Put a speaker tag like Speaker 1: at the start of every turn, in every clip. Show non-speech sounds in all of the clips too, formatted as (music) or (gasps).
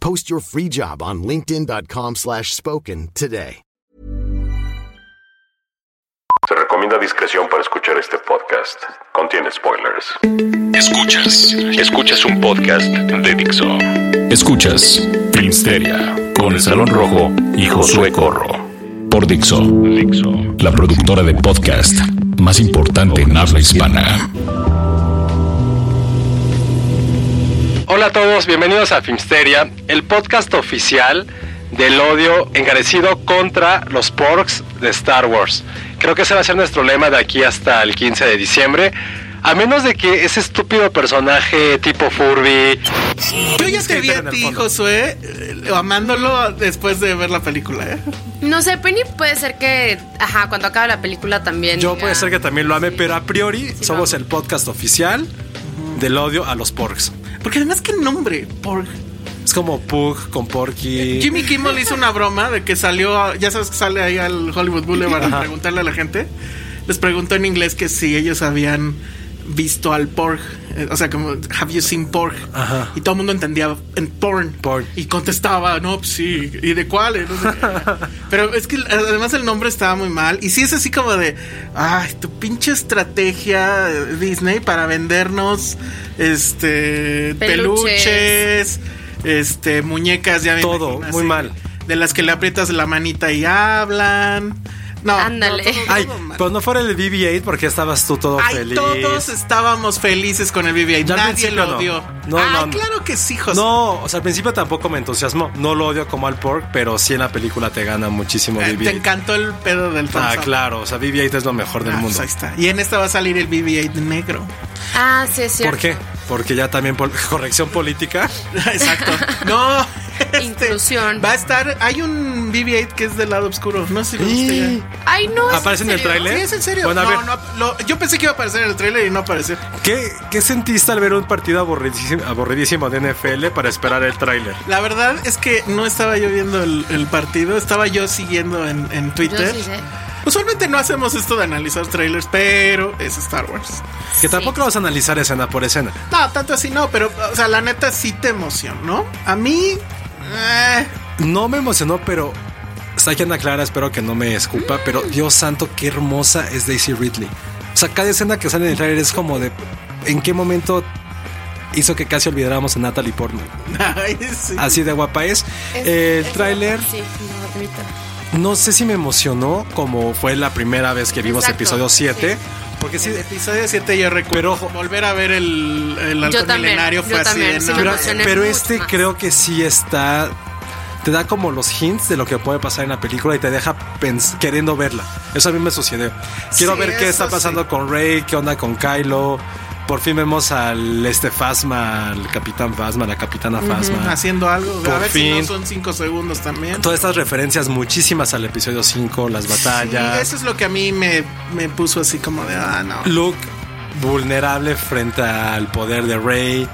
Speaker 1: Post your free job on linkedin.com/spoken slash spoken today.
Speaker 2: Se recomienda discreción para escuchar este podcast. Contiene spoilers.
Speaker 3: Escuchas, escuchas un podcast de Dixo. Escuchas Filmsteria con el Salón Rojo y Josué Corro. Por Dixo, la productora de podcast más importante en habla hispana.
Speaker 4: Hola a todos, bienvenidos a Filmsteria, el podcast oficial del odio encarecido contra los porks de Star Wars. Creo que ese va a ser nuestro lema de aquí hasta el 15 de diciembre. A menos de que ese estúpido personaje tipo Furby
Speaker 5: Yo ya te vi a ti, Josué, eh, amándolo después de ver la película, ¿eh?
Speaker 6: No sé, Penny puede ser que, ajá, cuando acabe la película también.
Speaker 7: Yo
Speaker 6: diga-
Speaker 7: puede ser que también lo ame, pero a priori somos
Speaker 6: vamos.
Speaker 7: el podcast oficial del odio a los porks.
Speaker 5: Porque además, qué nombre, por...
Speaker 7: Es como Pug con Porky.
Speaker 5: Jimmy Kimmel hizo una broma de que salió, ya sabes que sale ahí al Hollywood Boulevard a preguntarle a la gente. Les preguntó en inglés que si ellos habían visto al porg, eh, o sea, como, have you seen porg?
Speaker 7: Ajá.
Speaker 5: Y todo el mundo entendía en porn.
Speaker 7: Porn.
Speaker 5: Y contestaba, no, pues sí, ¿y de cuál? Eh, no sé
Speaker 7: (laughs)
Speaker 5: qué. Pero es que además el nombre estaba muy mal. Y sí es así como de, ay, tu pinche estrategia eh, Disney para vendernos este
Speaker 6: Peluches.
Speaker 5: peluches este muñecas ya me
Speaker 7: Todo,
Speaker 5: imagino,
Speaker 7: muy mal.
Speaker 5: de las que le aprietas la manita y hablan no
Speaker 6: Ándale.
Speaker 5: no, todo- todo
Speaker 7: Ay,
Speaker 5: mal.
Speaker 7: pero no fuera el BB-8 porque estabas tú todo
Speaker 5: Ay,
Speaker 7: feliz.
Speaker 5: todos estábamos felices con el BB-8
Speaker 7: Ya al
Speaker 5: nadie
Speaker 7: principio
Speaker 5: lo
Speaker 7: no.
Speaker 5: odió
Speaker 7: No,
Speaker 5: Ay,
Speaker 7: no, no.
Speaker 5: claro que sí José
Speaker 7: No, o sea, al principio tampoco me entusiasmó. No lo odio como al pork, pero sí en la película te gana muchísimo
Speaker 5: Eh, te
Speaker 7: BB-8.
Speaker 5: encantó el pedo del thumbs
Speaker 7: Ah,
Speaker 5: up.
Speaker 7: claro, o sea, BB-8 es lo mejor del
Speaker 5: Ah, pues
Speaker 7: mundo.
Speaker 5: ahí está. Y en esta va a salir el BB-8
Speaker 7: (laughs)
Speaker 5: negro.
Speaker 6: Ah, sí, es cierto.
Speaker 7: ¿Por qué? Porque ya también pol- (laughs) corrección política.
Speaker 5: Exacto. No. este,
Speaker 6: Inclusión.
Speaker 5: Va a estar. Hay un BB-8 que es del lado oscuro. No sé si lo viste ya.
Speaker 6: Ay, no. ¿es
Speaker 7: Aparece en el
Speaker 6: serio?
Speaker 7: tráiler.
Speaker 5: Sí, es en serio.
Speaker 7: Bueno, a
Speaker 5: no,
Speaker 7: ver.
Speaker 5: no, lo- yo pensé que iba a aparecer en el trailer y no apareció.
Speaker 7: ¿Qué, ¿Qué sentiste al ver un partido aburridísimo, aburridísimo de NFL para esperar el tráiler?
Speaker 5: La verdad es que no estaba yo viendo el, el partido, estaba yo siguiendo en, en Twitter.
Speaker 6: sí sé.
Speaker 5: Usualmente no hacemos esto de analizar trailers, pero es Star Wars.
Speaker 7: Que tampoco lo vas a analizar escena por escena.
Speaker 5: No, tanto así no, pero, o sea, la neta sí te emocionó. A mí. eh, (laughs)
Speaker 7: No me emocionó, pero está aquí Ana Clara, espero que no me escupa, pero Dios santo, qué hermosa es Daisy Ridley. O sea, cada escena que sale en el trailer es como de en qué momento hizo que casi olvidáramos a Natalie Portman.
Speaker 5: ay, sí.
Speaker 7: Así de guapa es.
Speaker 6: Es-
Speaker 7: el
Speaker 6: es-
Speaker 7: Eh, tráiler,
Speaker 6: Sí, lo admito.
Speaker 7: no sé si me emocionó como fue la primera vez que vimos
Speaker 6: Exacto,
Speaker 7: episodio 7,
Speaker 6: sí.
Speaker 7: porque sí,
Speaker 5: El episodio 7 yo recuerdo.
Speaker 7: Pero ojo.
Speaker 5: volver a ver el, el
Speaker 6: Yo
Speaker 5: halcón
Speaker 6: también,
Speaker 5: milenario
Speaker 6: yo
Speaker 5: fue así
Speaker 6: también,
Speaker 5: de,
Speaker 6: sí
Speaker 5: no,
Speaker 6: me
Speaker 7: pero,
Speaker 6: emocioné
Speaker 7: pero
Speaker 6: mucho
Speaker 7: este
Speaker 6: más.
Speaker 7: creo que sí está te da como los hints de lo que puede pasar en la película y te deja pens- queriendo verla. Eso a mí me sucedió. Quiero
Speaker 5: Sí,
Speaker 7: ver qué
Speaker 5: eso
Speaker 7: está pasando
Speaker 5: sí.
Speaker 7: con Rey, qué onda con Kylo. Por fin vemos al este Fasma, al Capitán Fasma, la Capitana Fasma.
Speaker 5: haciendo algo. a
Speaker 7: Por
Speaker 5: ver si
Speaker 7: fin.
Speaker 5: no son 5 segundos también.
Speaker 7: Todas estas referencias muchísimas al episodio 5, las
Speaker 5: Sí,
Speaker 7: batallas.
Speaker 5: eso es lo que a mí me, me puso así como de, ah, no.
Speaker 7: Luke vulnerable frente al poder de Rey.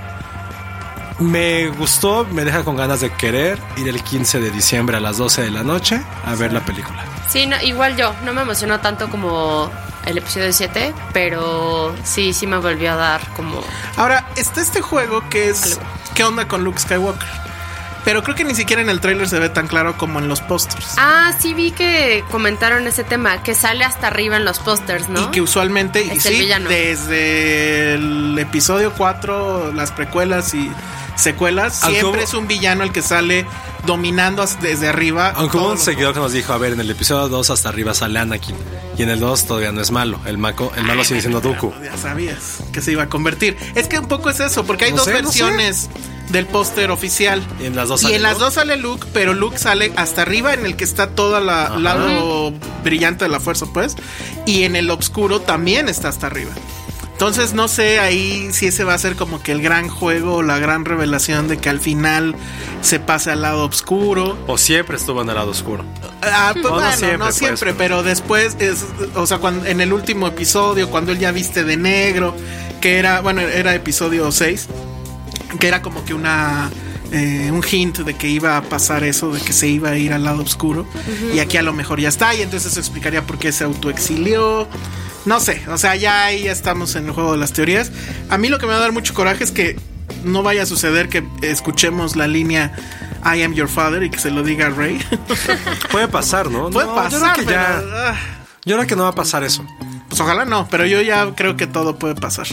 Speaker 7: Me gustó, me deja con ganas de querer ir el 15 de diciembre a las 12 de la noche a ver la película.
Speaker 6: Sí, no, igual yo. No me emocionó tanto como el episodio 7, pero sí, sí me volvió a dar como.
Speaker 5: Ahora, está este juego que es ¿Qué onda con Luke Skywalker? Pero creo que ni siquiera en el tráiler se ve tan claro como en los pósters.
Speaker 6: Ah, sí, vi que comentaron ese tema, que sale hasta arriba en los pósters, ¿no?
Speaker 5: Y que usualmente, y
Speaker 6: Es el
Speaker 5: sí,
Speaker 6: villano.
Speaker 5: desde el episodio 4, las precuelas y secuelas,
Speaker 7: Aunque
Speaker 5: siempre
Speaker 7: hubo-
Speaker 5: es un villano el que sale dominando as- desde arriba.
Speaker 7: Aunque hubo
Speaker 5: todos
Speaker 7: un
Speaker 5: los-
Speaker 7: seguidor que nos dijo, a ver, en el episodio 2 hasta arriba sale Anakin. Y en el 2 todavía no es malo. El, maco, el malo sigue siendo Dooku.
Speaker 5: Ya sabías que se iba a convertir. Es que un poco es eso, porque hay
Speaker 7: No
Speaker 5: dos
Speaker 7: sé, no
Speaker 5: versiones del póster oficial.
Speaker 7: Y en las dos
Speaker 5: Y
Speaker 7: sale
Speaker 5: en las
Speaker 7: Luke.
Speaker 5: dos sale Luke, pero Luke sale hasta arriba en el que está todo el lado brillante de la fuerza, pues. Y en el oscuro también está hasta arriba. Entonces no sé ahí si ese va a ser como que el gran juego, la gran revelación de que al final se pasa al lado oscuro.
Speaker 7: O siempre estuvo en el lado oscuro. (laughs)
Speaker 5: Ah, pues
Speaker 7: No, no
Speaker 5: bueno,
Speaker 7: siempre,
Speaker 5: no
Speaker 7: pues.
Speaker 5: siempre, pero después, es, o sea, cuando, en el último episodio, cuando él ya viste de negro, que era, bueno, era episodio 6, que era como que una... eh, un hint de que iba a pasar eso, de que se iba a ir al lado oscuro. Y aquí a lo mejor ya está, y entonces eso explicaría por qué se autoexilió. No sé, o sea, ya ahí ya estamos en el juego de las teorías. A mí lo que me va a dar mucho coraje es que no vaya a suceder que escuchemos la línea I am your father y que se lo diga a Rey. (laughs)
Speaker 7: Puede pasar, ¿no?
Speaker 5: Puede
Speaker 7: No, Yo
Speaker 5: pasar,
Speaker 7: creo, que
Speaker 5: pero,
Speaker 7: ya,
Speaker 5: ah,
Speaker 7: yo creo que no va a pasar eso.
Speaker 5: pues ojalá no, pero yo ya creo que todo puede pasar.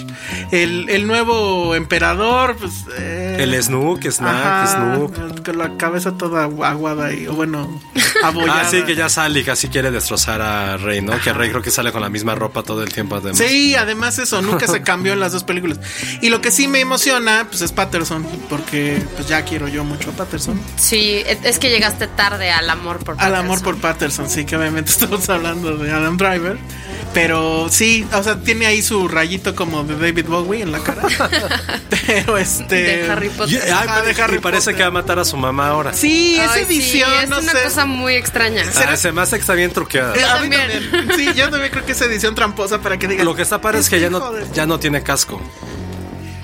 Speaker 5: El, el nuevo emperador, pues. eh,
Speaker 7: El Snook, Snack,
Speaker 5: ajá,
Speaker 7: Snoop.
Speaker 5: el- Con la cabeza toda aguada y, o bueno, abollada.
Speaker 7: (laughs) Ah, sí, que ya sale y casi quiere destrozar a Rey, ¿no? Que Rey creo que sale con la misma ropa todo el tiempo. además.
Speaker 5: Sí, además eso, nunca se cambió en las dos películas. Y lo que sí me emociona, pues es Patterson, porque pues ya quiero yo mucho a Patterson.
Speaker 6: Sí, es es que llegaste tarde al amor por
Speaker 5: Al amor
Speaker 6: Patterson.
Speaker 5: por Patterson, sí, que obviamente (laughs) estamos hablando de Adam Driver. Pero sí, o sea, tiene ahí su rayito como de David Bowie en la cara.
Speaker 6: (laughs)
Speaker 5: pero este.
Speaker 6: De Harry
Speaker 7: Y,
Speaker 6: Potter.
Speaker 7: ay,
Speaker 5: Ah, de Harry
Speaker 7: y parece
Speaker 5: Potter.
Speaker 7: que va a matar a su mamá ahora.
Speaker 5: Sí, esa
Speaker 6: Ay, sí,
Speaker 5: edición,
Speaker 6: es
Speaker 5: no
Speaker 6: una
Speaker 5: sé.
Speaker 6: cosa muy extraña.
Speaker 7: Ah, se me hace que está bien truqueada.
Speaker 5: Eh, a mí
Speaker 6: también.
Speaker 5: también. (laughs) Sí, yo también creo que es edición tramposa para que digan.
Speaker 7: Lo que está padre es que ya no,
Speaker 5: Joder.
Speaker 7: ya no tiene casco.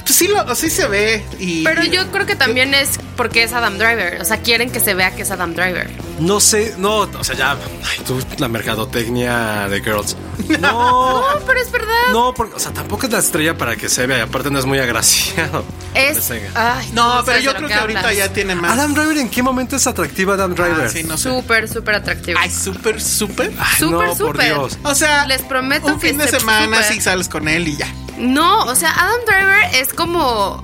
Speaker 5: Pues sí, lo, sí se ve. Y,
Speaker 6: Pero yo creo que también es porque es Adam Driver. O sea, quieren que se vea que es Adam Driver.
Speaker 7: No sé, no, o sea, ya, ay, tú, la mercadotecnia de Girls.
Speaker 5: (laughs)
Speaker 7: No,
Speaker 6: No, pero es verdad.
Speaker 7: no, porque, o sea, tampoco es la estrella para que se vea, y aparte no es muy agraciado.
Speaker 6: es.
Speaker 7: Parece-
Speaker 6: ay,
Speaker 5: No,
Speaker 6: sé
Speaker 5: pero
Speaker 6: de
Speaker 5: yo
Speaker 6: lo
Speaker 5: creo
Speaker 6: que
Speaker 5: que ahorita
Speaker 6: hablas.
Speaker 5: ya tiene más.
Speaker 7: Adam Driver, ¿en qué momento es atractiva Adam Driver?
Speaker 5: Ah, sí, no sé.
Speaker 6: Súper, súper atractivo.
Speaker 5: Ay, súper, súper.
Speaker 7: Ay,
Speaker 6: súper,
Speaker 7: no, por
Speaker 6: súper.
Speaker 7: Dios.
Speaker 5: O sea,
Speaker 6: Les prometo
Speaker 5: un
Speaker 6: que
Speaker 5: fin de
Speaker 6: se-
Speaker 5: semana
Speaker 6: súper.
Speaker 5: sí sales con él y ya.
Speaker 6: No, o sea, Adam Driver es como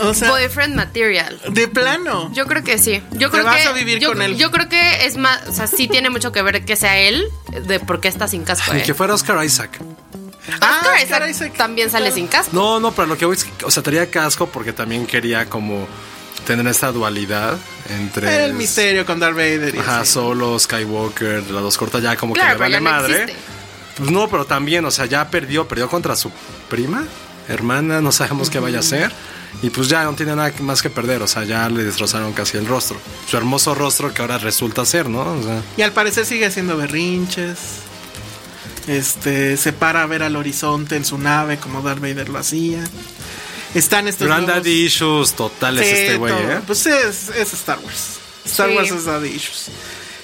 Speaker 5: O sea,
Speaker 6: boyfriend material.
Speaker 5: de plano.
Speaker 6: Yo creo que sí. Yo
Speaker 5: Te
Speaker 6: creo
Speaker 5: vas
Speaker 6: que
Speaker 5: a vivir
Speaker 6: yo,
Speaker 5: con él.
Speaker 6: yo creo que es más, o sea, sí tiene mucho que ver que sea él de por qué está sin casco.
Speaker 7: Ni
Speaker 6: ¿eh?
Speaker 7: que fuera Oscar Isaac.
Speaker 6: Oscar
Speaker 5: Ah,
Speaker 6: Isaac
Speaker 5: Oscar Isaac.
Speaker 6: también sale sin casco.
Speaker 7: No, no, pero lo que voy es que, o sea, tenía casco porque también quería como tener esta dualidad entre...
Speaker 5: El misterio con Darth Vader. y
Speaker 7: Ajá,
Speaker 5: así.
Speaker 7: solo Skywalker, la dos corta ya como
Speaker 6: Claro,
Speaker 7: que
Speaker 6: pero
Speaker 7: le vale
Speaker 6: ya no
Speaker 7: madre.
Speaker 6: existe.
Speaker 7: Pues no, pero también, o sea, ya perdió, perdió contra su prima, hermana, no sabemos qué vaya a ser. Y pues ya no tiene nada más que perder, o sea, ya le destrozaron casi el rostro. Su hermoso rostro que ahora resulta ser, ¿no? O sea,
Speaker 5: Y al parecer sigue haciendo berrinches. Este se para a ver al horizonte en su nave como Darth Vader lo hacía. Están estos
Speaker 7: Granddaddy
Speaker 5: nuevos-
Speaker 7: issues totales
Speaker 5: Sí,
Speaker 7: este güey,
Speaker 5: todo.
Speaker 7: ¿eh?
Speaker 5: Pues es, es Star Wars. Star
Speaker 6: Sí.
Speaker 5: Wars es Daddy Issues.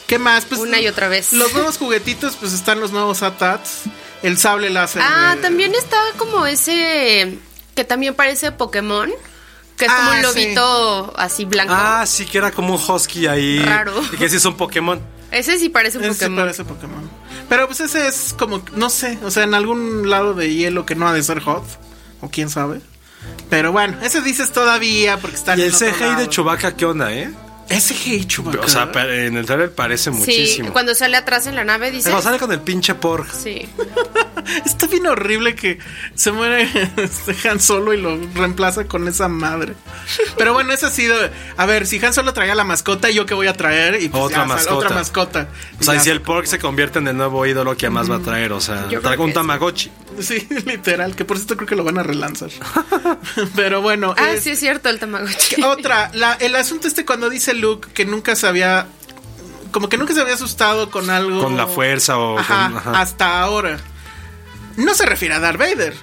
Speaker 5: ¿Qué más? Pues,
Speaker 6: Una y otra vez.
Speaker 5: Los nuevos juguetitos, pues están los nuevos ATATs. El sable láser.
Speaker 6: Ah,
Speaker 5: de-
Speaker 6: también está como ese que también parece Pokémon, que es como
Speaker 5: Ah,
Speaker 6: un
Speaker 5: sí.
Speaker 6: lobito así blanco.
Speaker 7: Ah, sí que era como un husky ahí.
Speaker 6: Raro.
Speaker 7: Y que sí es un
Speaker 6: (laughs)
Speaker 7: Pokémon.
Speaker 6: Ese sí parece un
Speaker 5: Ese sí
Speaker 6: Pokémon.
Speaker 5: parece Pokémon. Pero pues ese es como, no sé, o sea, en algún lado de hielo que no ha de ser hot. O quién sabe. Pero bueno, ese dices todavía porque está
Speaker 7: Y
Speaker 5: en
Speaker 7: el
Speaker 5: otro
Speaker 7: CGI de
Speaker 5: lado.
Speaker 7: Chewbacca, ¿qué onda, eh?
Speaker 5: Ese CGI Chewbacca.
Speaker 7: O sea, pa- en el trailer parece
Speaker 6: Sí,
Speaker 7: muchísimo.
Speaker 6: cuando sale atrás en la nave dice.
Speaker 7: Pero sale con el pinche porg.
Speaker 6: Sí.
Speaker 5: está bien horrible que se muere (laughs) este Han Solo y lo reemplaza con esa madre. Pero bueno, ese ha sido. A ver, si Han Solo traía la mascota, ¿yo qué voy a traer? Y pues
Speaker 7: Otra
Speaker 5: ya, o sea,
Speaker 7: mascota.
Speaker 5: Otra mascota.
Speaker 7: O sea,
Speaker 5: Y
Speaker 7: y
Speaker 5: ya.
Speaker 7: si el porg se convierte en el nuevo ídolo que más va a traer, o sea,
Speaker 6: Yo creo
Speaker 7: traigo
Speaker 6: que
Speaker 7: un
Speaker 6: sí.
Speaker 7: Tamagotchi.
Speaker 5: (laughs) Sí, literal. Que por cierto creo que lo van
Speaker 7: (laughs)
Speaker 5: a relanzar. Pero bueno.
Speaker 6: Ah,
Speaker 5: es-
Speaker 6: sí es cierto, el Tamagotchi.
Speaker 5: (laughs) Otra, la- el asunto este cuando dice Luke que nunca se había. Como que nunca se había asustado con algo.
Speaker 7: Con la fuerza o
Speaker 5: Ajá,
Speaker 7: con- ajá.
Speaker 5: hasta ahora. No se refiere a Darth Vader.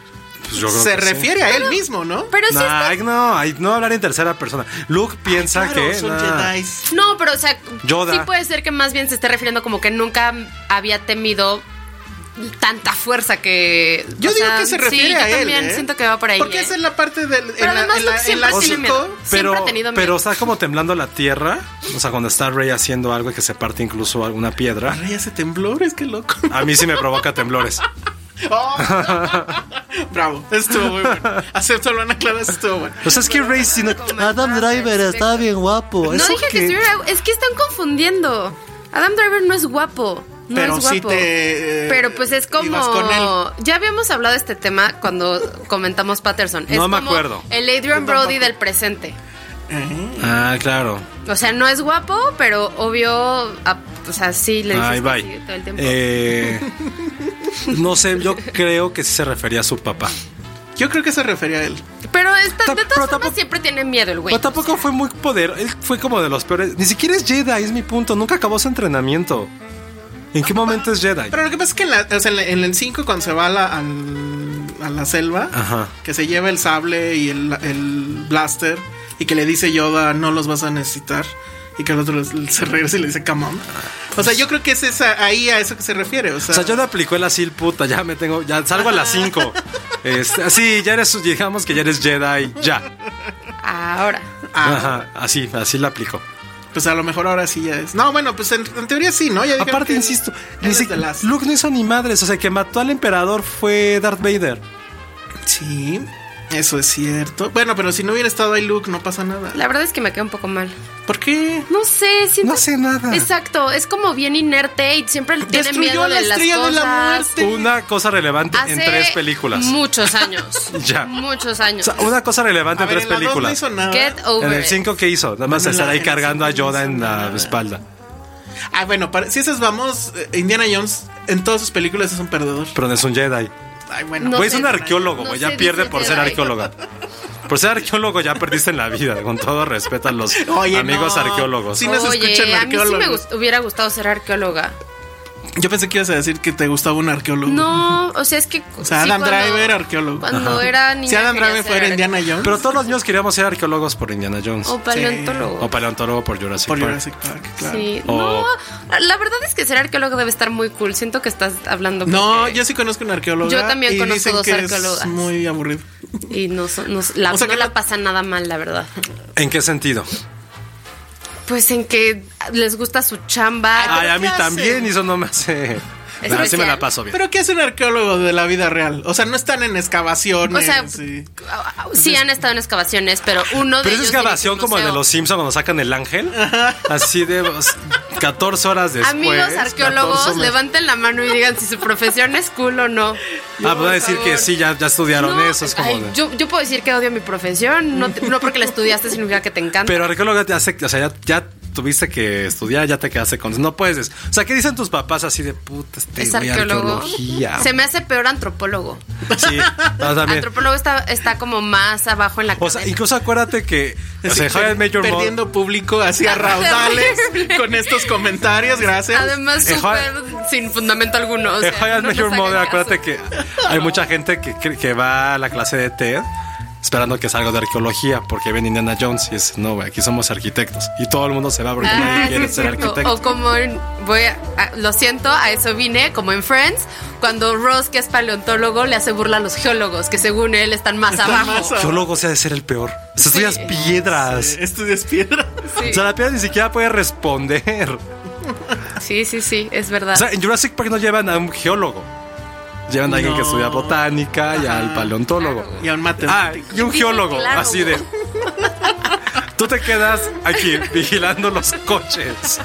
Speaker 7: Pues yo creo
Speaker 5: se
Speaker 7: que sí.
Speaker 5: refiere a él mismo, ¿no?
Speaker 6: Pero sí
Speaker 7: Nah,
Speaker 6: está-
Speaker 7: ay, no, ay, no hablar en tercera persona. Luke piensa
Speaker 5: Claro,
Speaker 7: que.
Speaker 5: son
Speaker 7: nah.
Speaker 5: Jedis.
Speaker 6: No, pero o sea,
Speaker 7: Yoda.
Speaker 6: sí puede ser que más bien se esté refiriendo como que nunca había temido tanta fuerza que.
Speaker 5: Yo
Speaker 6: o
Speaker 5: digo
Speaker 6: sea,
Speaker 5: que se refiere
Speaker 6: sí,
Speaker 5: a
Speaker 6: yo
Speaker 5: él.
Speaker 6: también
Speaker 5: ¿eh?
Speaker 6: siento que va por ahí.
Speaker 5: Porque
Speaker 6: ¿eh?
Speaker 5: esa es la parte del. en
Speaker 6: Pero
Speaker 5: la-
Speaker 6: además
Speaker 5: en la-
Speaker 6: Luke
Speaker 5: en
Speaker 6: siempre
Speaker 5: la
Speaker 6: tiene
Speaker 5: cinco,
Speaker 6: miedo.
Speaker 7: Pero,
Speaker 6: Siempre ha tenido miedo.
Speaker 7: pero está como temblando la tierra. O sea, cuando está Rey haciendo algo que se parte incluso alguna piedra.
Speaker 6: (laughs)
Speaker 5: Rey hace Oh, temblores, qué loco.
Speaker 7: A mí sí me provoca temblores.
Speaker 5: (laughs)
Speaker 7: Oh. Bravo, estuvo muy bueno. Acepto lo Ana Clara, estuvo bueno.
Speaker 5: O sea, es que Ray, sino Adam Driver está bien guapo.
Speaker 6: No
Speaker 5: ¿Eso
Speaker 6: dije que
Speaker 5: qué?
Speaker 6: estuviera. Es que están confundiendo. Adam Driver no es guapo. No
Speaker 7: Pero
Speaker 6: es
Speaker 7: sí
Speaker 6: guapo.
Speaker 7: te, eh,
Speaker 6: Pero pues es como.
Speaker 7: ibas con él.
Speaker 6: Ya habíamos hablado de este tema cuando comentamos Patterson. Es
Speaker 5: No me
Speaker 6: como
Speaker 5: acuerdo.
Speaker 6: El Adrian Brody del presente.
Speaker 5: Ah, claro.
Speaker 6: O sea, no es guapo, pero obvio. a- o sea, sí le dices
Speaker 5: Ahí
Speaker 6: que
Speaker 5: va.
Speaker 6: sí todo el tiempo.
Speaker 5: Eh, no sé, yo creo que sí se refería a su papá.
Speaker 7: Yo creo que se refería a él.
Speaker 6: pero esta-
Speaker 5: ta-
Speaker 6: de todas
Speaker 5: pero
Speaker 6: formas
Speaker 5: tampoco-
Speaker 6: siempre tiene miedo el güey.
Speaker 5: Pero tampoco fue muy poder. Él fue como de los peores. Ni siquiera es Jedi, es mi punto. Nunca acabó su entrenamiento. ¿En qué momento es Jedi?
Speaker 7: Pero lo que pasa es que en, la- o sea, en la- en el 5, cuando se va a la, al- a la selva,
Speaker 5: Ajá.
Speaker 7: que se lleva el sable y el, el blaster, y que le dice Yoda, no los vas a necesitar, y que el otro se regresa y le dice, come on. O sea, yo creo que es esa, ahí a eso que se refiere. O sea,
Speaker 5: Ah, pues O sea, yo le aplicó el así, puta, ya me tengo, ya salgo a las 5. Este, así, ya eres, digamos que ya eres Jedi, ya.
Speaker 6: Ahora.
Speaker 7: Ah,
Speaker 5: Ajá, así, así la aplicó.
Speaker 7: pues a lo mejor ahora sí ya es. No, bueno, pues en, en teoría sí, ¿no? Ya dijeron
Speaker 5: Aparte,
Speaker 7: que
Speaker 5: insisto,
Speaker 7: él
Speaker 5: ni
Speaker 7: es
Speaker 5: si-
Speaker 7: de las-
Speaker 5: Luke no hizo ni madres, o sea, el que mató al emperador fue Darth Vader.
Speaker 7: Sí, eso es cierto. Bueno, pero si no hubiera estado ahí Luke, no pasa nada.
Speaker 6: La verdad es que me queda un poco mal.
Speaker 7: ¿Por qué?
Speaker 6: No sé, siento.
Speaker 5: No hace nada.
Speaker 6: Exacto, es como bien inerte y siempre le tiene
Speaker 7: Destruyó
Speaker 6: miedo
Speaker 7: a la
Speaker 6: de las
Speaker 7: estrella de la
Speaker 6: cosas.
Speaker 7: muerte.
Speaker 5: Una cosa relevante en
Speaker 6: Hace
Speaker 5: tres películas.
Speaker 6: Muchos años.
Speaker 5: (laughs) Ya.
Speaker 6: Muchos
Speaker 5: O
Speaker 6: años.
Speaker 5: sea, una cosa relevante
Speaker 7: A
Speaker 5: en
Speaker 7: ver,
Speaker 5: tres
Speaker 7: en la dos no
Speaker 5: películas.
Speaker 7: hizo nada.
Speaker 6: Get over
Speaker 5: En el
Speaker 6: it.
Speaker 5: 5 que hizo, nada
Speaker 7: Bueno,
Speaker 5: más
Speaker 7: en
Speaker 5: estar
Speaker 7: la-
Speaker 5: ahí
Speaker 7: en el
Speaker 5: cargando a
Speaker 7: cinco no
Speaker 5: Yoda
Speaker 7: hizo
Speaker 5: en la
Speaker 7: nada.
Speaker 5: espalda.
Speaker 7: Ah, bueno, para- si esas vamos, eh, Indiana Jones en todas sus películas es un perdedor.
Speaker 5: Pero no es un Jedi.
Speaker 7: Ay, bueno.
Speaker 6: No
Speaker 5: Güey, es
Speaker 6: sé,
Speaker 5: un arqueólogo,
Speaker 6: no
Speaker 5: güey,
Speaker 6: sé,
Speaker 5: ya pierde
Speaker 6: dice
Speaker 5: por ser
Speaker 6: Jedi.
Speaker 5: arqueólogo. Por ser arqueólogo ya perdiste en la vida, con todo respeto a los
Speaker 7: Oye,
Speaker 5: amigos
Speaker 7: no.
Speaker 5: arqueólogos.
Speaker 7: Sí nos escuchan
Speaker 6: Oye, a mí sí me
Speaker 7: arqueólogos.
Speaker 6: gust- hubiera gustado ser arqueóloga.
Speaker 7: Yo pensé que ibas a decir que te gustaba un arqueólogo.
Speaker 6: No, o sea, es que.
Speaker 7: Mm. O sea, Adam Driver, arqueólogo.
Speaker 6: Cuando era niña.
Speaker 7: Si Adam
Speaker 6: quería
Speaker 7: Driver
Speaker 6: ser
Speaker 7: fuera Indiana Jones
Speaker 5: Pero todos los niños queríamos ser arqueólogos por Indiana Jones.
Speaker 6: O paleontólogo.
Speaker 5: O paleontólogo por Jurassic
Speaker 7: por
Speaker 5: Park.
Speaker 7: Jurassic Park, Oh, claro.
Speaker 6: Sí,
Speaker 5: O-
Speaker 6: no, la verdad es que ser arqueólogo debe estar muy cool. Siento que estás hablando.
Speaker 7: No,
Speaker 6: porque-
Speaker 7: yo sí conozco un arqueólogo.
Speaker 6: Yo también
Speaker 7: y
Speaker 6: conozco
Speaker 7: dicen
Speaker 6: dos
Speaker 7: que
Speaker 6: arqueólogas.
Speaker 7: Es muy aburrido.
Speaker 6: Y no, son- no- la,
Speaker 7: O sea,
Speaker 6: no
Speaker 7: que
Speaker 6: la
Speaker 7: no-
Speaker 6: pasa nada mal, la
Speaker 7: (laughs)
Speaker 6: verdad.
Speaker 5: ¿En qué sentido?
Speaker 6: Pues en que les gusta su chamba.
Speaker 5: Ay, a mí
Speaker 7: hace?
Speaker 5: también, y eso no me hace.
Speaker 6: Es
Speaker 5: Nah, sí me la
Speaker 6: especial.
Speaker 5: paso bien.
Speaker 7: Pero ¿qué es un arqueólogo de la vida real? O sea, no están en
Speaker 6: O
Speaker 7: excavaciones.
Speaker 6: sea, ah,
Speaker 7: y-
Speaker 6: sí han estado en excavaciones, pero uno de
Speaker 5: Pero es
Speaker 6: ellos
Speaker 5: excavación
Speaker 6: dirige un
Speaker 5: como el de
Speaker 6: museo.
Speaker 5: los Simpsons cuando sacan el ángel. Así de pues, 14 horas después.
Speaker 6: Amigos
Speaker 5: 14
Speaker 6: arqueólogos,
Speaker 5: meses.
Speaker 6: levanten la mano y digan si su profesión es cool o no.
Speaker 5: Ah, pues va a decir que sí, ya, ya estudiaron
Speaker 6: No,
Speaker 5: eso. Es como
Speaker 6: ay,
Speaker 5: de-
Speaker 6: yo, yo puedo decir que odio mi profesión, no, te- no porque la estudiaste significa que te encanta.
Speaker 5: Pero arqueólogo te hace, o sea, ya, ya tuviste que estudiar, ya te quedaste con. No puedes. des- O sea, ¿qué dicen tus papás así de puta? Este
Speaker 6: es
Speaker 5: güey,
Speaker 6: arqueólogo. (laughs)
Speaker 5: arqueología?
Speaker 6: Se me hace peor antropólogo.
Speaker 5: Sí, no, también.
Speaker 6: Antropólogo está, está como más abajo en la
Speaker 5: O sea,
Speaker 6: cadena.
Speaker 5: incluso acuérdate
Speaker 6: (laughs)
Speaker 5: que o sea,
Speaker 7: Sí,
Speaker 5: How I Met Your Mo-
Speaker 7: perdiendo público hacia raudales con estos comentarios, gracias.
Speaker 6: Además,
Speaker 5: Eh,
Speaker 6: súper sin fundamento alguno. o sea,
Speaker 5: en How I
Speaker 6: no
Speaker 5: Met
Speaker 6: nos
Speaker 5: Your
Speaker 6: hagan
Speaker 5: Mother,
Speaker 6: caso.
Speaker 5: acuérdate que hay mucha gente que, cre- que va a la clase de TED esperando que salga de arqueología porque ven Indiana Jones y es no, güey, aquí somos arquitectos y todo el mundo se va porque
Speaker 6: Ah,
Speaker 5: nadie
Speaker 6: sí
Speaker 5: quiere
Speaker 6: es
Speaker 5: ser
Speaker 6: cierto.
Speaker 5: arquitecto.
Speaker 6: O como en, voy a- a- lo siento, a eso vine, como en Friends, cuando Ross, que es paleontólogo, le hace burla a los geólogos, que según él están más abajo.
Speaker 7: más abajo.
Speaker 5: Geólogo se ha de ser el peor. O sea, estudias piedras.
Speaker 7: Estudias piedra.
Speaker 5: O sea, la piedra ni siquiera puede responder.
Speaker 6: Sí, sí, sí, es verdad.
Speaker 5: O sea, en Jurassic Park no llevan a un geólogo. Llevan a alguien que
Speaker 7: No.
Speaker 5: estudia botánica y al paleontólogo.
Speaker 7: Y a un
Speaker 5: Ah,
Speaker 7: matemático.
Speaker 5: y un
Speaker 6: Dice,
Speaker 5: geólogo,
Speaker 6: claro.
Speaker 5: así de. (laughs) Tú te quedas aquí vigilando los coches.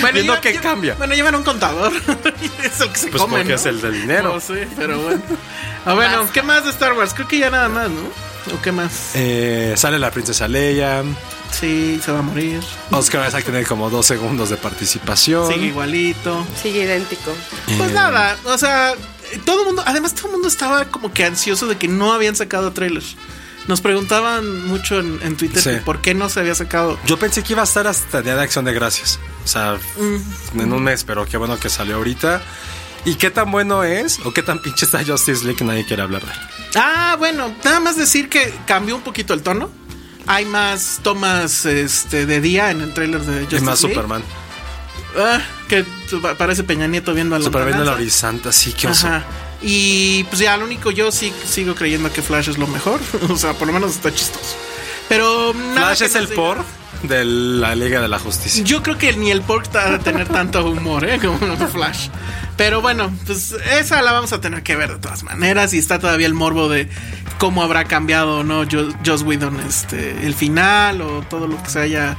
Speaker 5: viendo
Speaker 7: lleva-
Speaker 5: que
Speaker 7: lleva-
Speaker 5: cambia.
Speaker 7: Bueno, llevan un contador. (laughs) es el que se
Speaker 5: Pues
Speaker 7: come,
Speaker 5: porque
Speaker 7: ¿no?
Speaker 5: es el del dinero.
Speaker 7: No sé, pero bueno.
Speaker 5: (laughs)
Speaker 7: Ah, bueno,
Speaker 6: Vas.
Speaker 7: ¿qué más de Star Wars? Creo que ya nada más, ¿no? ¿O qué más?
Speaker 5: Eh, sale la princesa Leia.
Speaker 7: Sí, se va a morir.
Speaker 5: Oscar Isaac tiene como dos segundos de participación.
Speaker 7: Sigue igualito.
Speaker 6: Sigue idéntico.
Speaker 5: Mm.
Speaker 7: Pues nada, o sea, todo el mundo, además todo el mundo estaba como que ansioso de que no habían sacado trailer. Nos preguntaban mucho en, en Twitter
Speaker 5: Sí.
Speaker 7: que por qué no se había sacado.
Speaker 5: Yo pensé que iba a estar hasta Día de Acción de Gracias. O sea, en un mes, pero qué bueno que salió ahorita. ¿Y qué tan bueno es? ¿O qué tan pinche está Justice League que nadie quiere hablar de él?
Speaker 7: Ah, bueno, nada más decir que cambió un poquito el tono. Hay más tomas este, de día en el trailer de Justice
Speaker 5: Es más
Speaker 7: League.
Speaker 5: Superman.
Speaker 7: Ah, que tu- pa- parece Peña Nieto viendo a la
Speaker 5: Superman en la
Speaker 7: lontananza.
Speaker 5: horizonte, sí, qué oso.
Speaker 7: Ajá. Y pues ya, lo único, yo sí sigo creyendo que Flash es lo mejor. o sea, por lo menos está chistoso. Pero nada
Speaker 5: Flash
Speaker 7: que
Speaker 5: es
Speaker 7: nos
Speaker 5: el
Speaker 7: diga-
Speaker 5: por de la Liga de la Justicia.
Speaker 7: Yo creo que ni el pork va a tener tanto humor, ¿eh? Como lo de Flash. Pero bueno, pues esa la vamos a tener que ver de todas maneras. Y está todavía el morbo de cómo habrá cambiado o no Jo- Joss Whedon este, el final o todo lo que se haya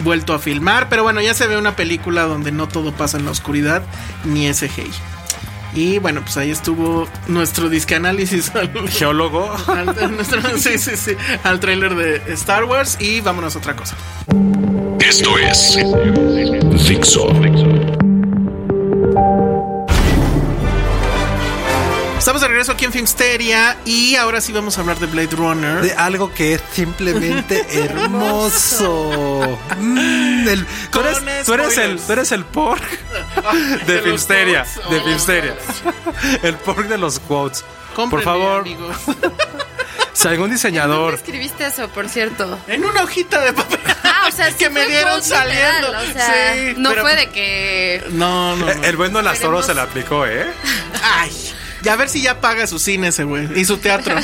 Speaker 7: vuelto a filmar. Pero bueno, ya se ve una película donde no todo pasa en la oscuridad, ni ese hey. Y bueno, pues ahí estuvo nuestro disque análisis al,
Speaker 5: (laughs) Geólogo.
Speaker 7: al- (laughs) nuestro- sí, sí, sí, al trailer de Star Wars. Y vámonos a otra cosa.
Speaker 3: Esto es Dixo.
Speaker 7: Estamos de regreso aquí en Filmsteria y ahora sí vamos a hablar de Blade Runner.
Speaker 5: De algo que es simplemente hermoso. Mm, el- tú,
Speaker 7: Con
Speaker 5: eres, tú eres el,
Speaker 7: spoilers.
Speaker 5: tú eres el pork de
Speaker 7: los
Speaker 5: Filmsteria.
Speaker 7: quotes.
Speaker 5: De
Speaker 7: Oh,
Speaker 5: Filmsteria. El pork de los quotes. Por
Speaker 7: Cómprenle,
Speaker 5: favor,
Speaker 7: amigos.
Speaker 5: si algún
Speaker 6: ¿Dónde
Speaker 5: diseñador
Speaker 6: escribiste eso,
Speaker 7: (laughs)
Speaker 6: por cierto?
Speaker 7: En una hojita de papel.
Speaker 6: Ah, o sea, sí
Speaker 7: que me
Speaker 6: fue
Speaker 7: dieron
Speaker 6: quote literal,
Speaker 7: saliendo.
Speaker 6: o sea,
Speaker 7: Sí,
Speaker 6: no
Speaker 7: pero-
Speaker 6: fue de que.
Speaker 7: No, no.
Speaker 6: (laughs)
Speaker 7: no.
Speaker 5: eh, El bueno de las toros
Speaker 6: Queremos-
Speaker 5: se la aplicó, ¿eh?
Speaker 7: Ay. Y a ver si ya paga su cine ese güey. Y su teatro.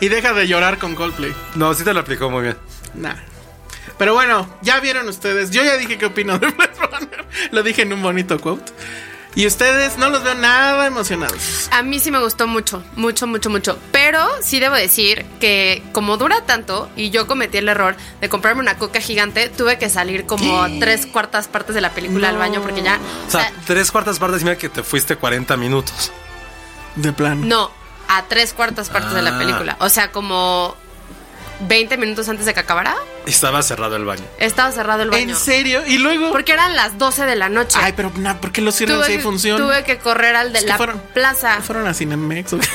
Speaker 7: y deja de llorar con Coldplay.
Speaker 5: No, sí te la aplicó muy bien.
Speaker 7: Nah. Pero bueno, ya vieron ustedes. Yo ya dije qué opino de Blade Runner. Lo dije en un bonito quote. Y ustedes no los veo nada emocionados.
Speaker 6: A mí sí me gustó mucho, mucho, mucho, mucho. Pero sí debo decir que como dura tanto y yo cometí el error de comprarme una coca gigante, tuve que salir como a tres cuartas partes de la película al baño porque ya...
Speaker 5: O
Speaker 6: o
Speaker 5: sea,
Speaker 6: sea,
Speaker 5: tres cuartas partes, mira que te fuiste 40 minutos.
Speaker 7: De plan.
Speaker 6: no, a tres cuartas partes de
Speaker 5: Ah.
Speaker 6: la película. O sea, como 20 minutos antes de que acabara,
Speaker 5: Y estaba cerrado el baño.
Speaker 6: estaba cerrado el baño.
Speaker 7: ¿En serio? Y luego.
Speaker 6: Porque eran las 12 de la noche.
Speaker 7: Ay, pero nah, ¿por qué lo cierran si hay
Speaker 6: que-
Speaker 7: función?
Speaker 6: tuve que correr al de
Speaker 7: Es que
Speaker 6: la
Speaker 7: fueron-
Speaker 6: plaza.
Speaker 7: ¿Fueron a Cinemex o (laughs) qué?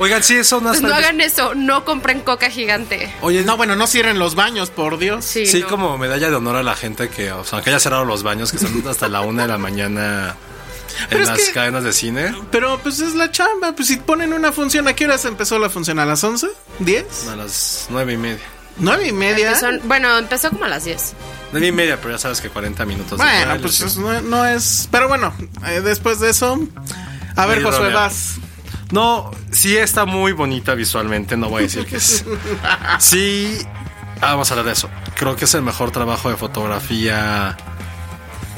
Speaker 5: Oigan, sí, eso no
Speaker 6: Pues
Speaker 5: es
Speaker 6: no hagan eso, no compren coca gigante.
Speaker 5: Oye,
Speaker 7: No, bueno, no cierren los baños, por Dios.
Speaker 6: Sí,
Speaker 5: Sí,
Speaker 6: no.
Speaker 5: como medalla de honor a la gente que, o sea, que haya cerrado los baños, que son hasta la una de la mañana
Speaker 7: Pero
Speaker 5: en
Speaker 7: es
Speaker 5: las
Speaker 7: que-
Speaker 5: cadenas de cine.
Speaker 7: Pero pues es la chamba, pues si ponen una función, ¿a qué horas empezó la función? ¿A las 11? ¿10?
Speaker 5: A las nueve y media.
Speaker 7: ¿9 y media?
Speaker 6: Empezó- bueno, empezó como a las 10.
Speaker 5: Nueve y media, pero ya sabes que 40 minutos. de
Speaker 7: Bueno,
Speaker 5: trailer,
Speaker 7: pues
Speaker 5: sí.
Speaker 7: es- no, no es... Pero bueno, eh, después de eso... A ver,
Speaker 5: Blade
Speaker 7: Josué,
Speaker 5: Runner.
Speaker 7: vas.
Speaker 5: No, sí está muy bonita visualmente, no voy a decir
Speaker 7: (laughs)
Speaker 5: que es. Sí, ah, vamos a hablar de eso. Creo que es el mejor trabajo de fotografía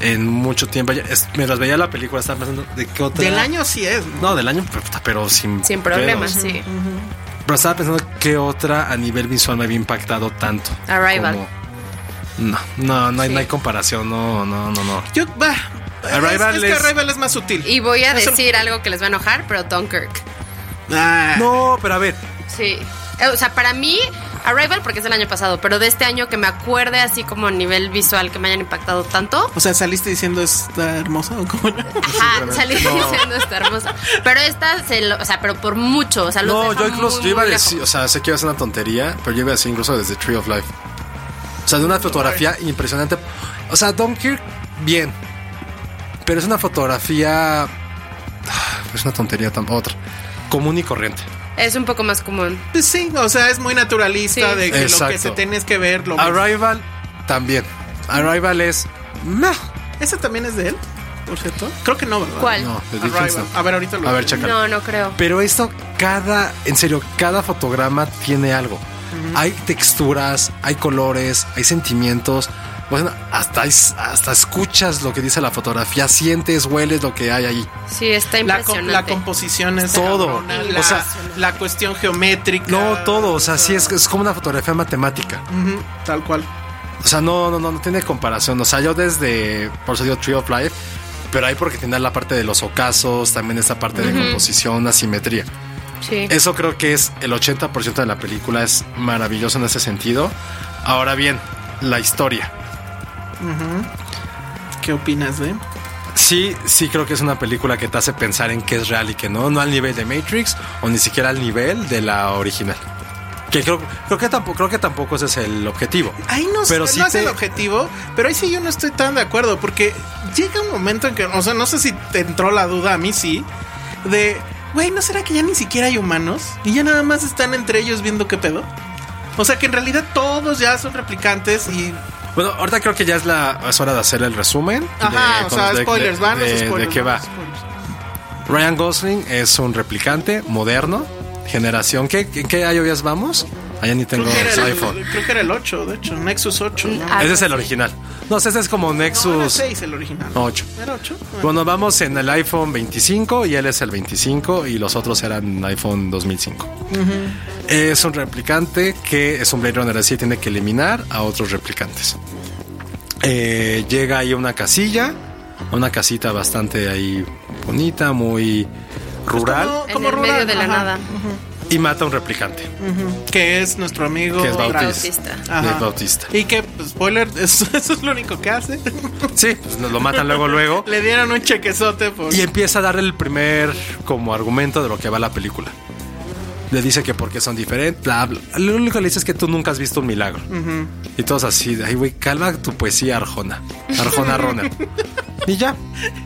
Speaker 5: en mucho tiempo. Ya- es- mientras veía la película, estaba pensando de qué otra.
Speaker 7: Del año sí es. ¿no?
Speaker 5: No, del año, pero, pero sin.
Speaker 6: Sin problemas,
Speaker 5: pedos.
Speaker 6: sí.
Speaker 5: Pero estaba pensando qué otra a nivel visual me había impactado tanto.
Speaker 6: Arrival.
Speaker 5: Como- No, no, no hay, no hay comparación, no, no, no, no.
Speaker 7: Yo, va.
Speaker 5: Arrival
Speaker 7: es, es
Speaker 5: es-
Speaker 7: que Arrival es más sutil.
Speaker 6: Y voy a
Speaker 7: Eso-
Speaker 6: decir algo que les va a enojar, pero Dunkirk.
Speaker 7: Ah,
Speaker 5: No, pero a ver,
Speaker 6: Sí. Eh, O sea, para mí, Arrival porque es del año pasado, pero de este año que me acuerde así como a nivel visual que me hayan impactado tanto.
Speaker 7: O sea, pues ¿saliste diciendo está hermosa o cómo era?
Speaker 6: Ajá, salí diciendo está hermosa. Pero esta, se lo- o sea, pero por mucho. O sea, los
Speaker 5: no,
Speaker 6: deja
Speaker 5: yo incluso
Speaker 6: muy,
Speaker 5: yo iba a
Speaker 6: muy
Speaker 5: decir, o sea, sé que iba a ser una tontería, pero yo iba a decir incluso desde Tree of Life. O sea, de una fotografía impresionante. O sea, Dunkirk, bien. Pero es una fotografía. ah, Es una tontería tan otra. Común y corriente.
Speaker 6: lejos. Es un poco más común.
Speaker 7: Pues sí, o sea, es muy naturalista
Speaker 6: Sí.
Speaker 7: de que lo que
Speaker 5: Exacto.
Speaker 7: se tienes que ver, lo ves.
Speaker 5: Arrival, también. Arrival es. meh.
Speaker 7: ¿Ese también es de él? Por cierto. Creo que no, ¿verdad?
Speaker 6: ¿Cuál?
Speaker 5: No, de
Speaker 7: Arrival.
Speaker 5: Dickens no.
Speaker 7: A ver, ahorita lo
Speaker 5: A ver, checa.
Speaker 6: No, no creo.
Speaker 5: Pero esto, cada, en serio, cada fotograma tiene algo. Hay texturas, hay colores, hay sentimientos. Bueno, hasta, es- hasta escuchas lo que dice la fotografía, sientes, hueles lo que hay ahí.
Speaker 6: Sí, está
Speaker 7: La, co-
Speaker 6: impresionante.
Speaker 7: la composición es
Speaker 5: Todo.
Speaker 7: cabrona,
Speaker 5: O
Speaker 7: la,
Speaker 5: sea-
Speaker 7: la cuestión geométrica.
Speaker 5: No todo, o sea, sí es, es como una fotografía matemática.
Speaker 7: Ujú, tal cual.
Speaker 5: O sea, no, no, no, no tiene comparación. O sea, yo desde, por eso digo Tree of Life, pero ahí porque tiene la parte de los ocasos, también esta parte de composición, asimetría.
Speaker 6: Sí.
Speaker 5: Eso creo que es el 80% de la película, es maravilloso en ese sentido. Ahora bien, la historia.
Speaker 7: ¿Qué opinas de?
Speaker 5: Sí, sí creo que es una película que te hace pensar en qué es real y qué no, no al nivel de Matrix o ni siquiera al nivel de la original. Que creo, creo que tampoco creo que tampoco ese es el objetivo.
Speaker 7: Ahí no,
Speaker 5: Pero
Speaker 7: sé,
Speaker 5: sí
Speaker 7: no es
Speaker 5: te-
Speaker 7: el objetivo, pero ahí sí yo no estoy tan de acuerdo, porque llega un momento en que, o sea, no sé si te entró la duda, a mí sí, de, güey, ¿no será que ya ni siquiera hay humanos? Y ya nada más están entre ellos viendo qué pedo. O sea, que en realidad todos ya son replicantes y
Speaker 5: Bueno, ahorita creo que ya es la es hora de hacer el resumen.
Speaker 7: Ajá,
Speaker 5: de-
Speaker 7: o
Speaker 5: con-
Speaker 7: sea,
Speaker 5: de-
Speaker 7: spoilers,
Speaker 5: de-
Speaker 7: van los
Speaker 5: de-
Speaker 7: spoilers.
Speaker 5: de qué
Speaker 7: van
Speaker 5: va.
Speaker 7: los spoilers.
Speaker 5: Ryan Gosling es un replicante moderno, generación. ¿Qué, ¿En qué año vamos? Allá ni tengo
Speaker 7: Creo que, era el,
Speaker 5: iPhone.
Speaker 7: creo que era el 8, de hecho, Nexus 8. ¿no?
Speaker 6: Ah,
Speaker 5: Ese es el original. No, ese es como
Speaker 7: No, era
Speaker 5: Nexus
Speaker 7: 6 el original.
Speaker 5: 8.
Speaker 7: ¿Era 8?
Speaker 5: Bueno, vamos en el iPhone 25 y él es el 25 y los otros eran iPhone 2005. Es un replicante que es un Blade Runner así, tiene que eliminar a otros replicantes. Eh, llega ahí una casilla, una casita bastante ahí bonita, muy rural,
Speaker 6: En el medio de la nada.
Speaker 5: y mata a un replicante,
Speaker 7: Que es nuestro amigo
Speaker 5: que es
Speaker 7: Drax.
Speaker 5: Bautista.
Speaker 6: Bautista.
Speaker 7: Ajá.
Speaker 5: Es Bautista.
Speaker 7: Y que, pues, spoiler, (laughs) eso, eso es lo único que hace. (laughs)
Speaker 5: Sí, pues lo matan luego, luego.
Speaker 7: Le dieron un chequezote por.
Speaker 5: Y empieza a dar el primer como argumento de lo que va la película. Le dice que porque son diferentes, bla, bla. Lo único que le dice es que tú nunca has visto un milagro. Y todos así, de, ay, güey, calma tu poesía, Arjona. Arjona Runner. y ya.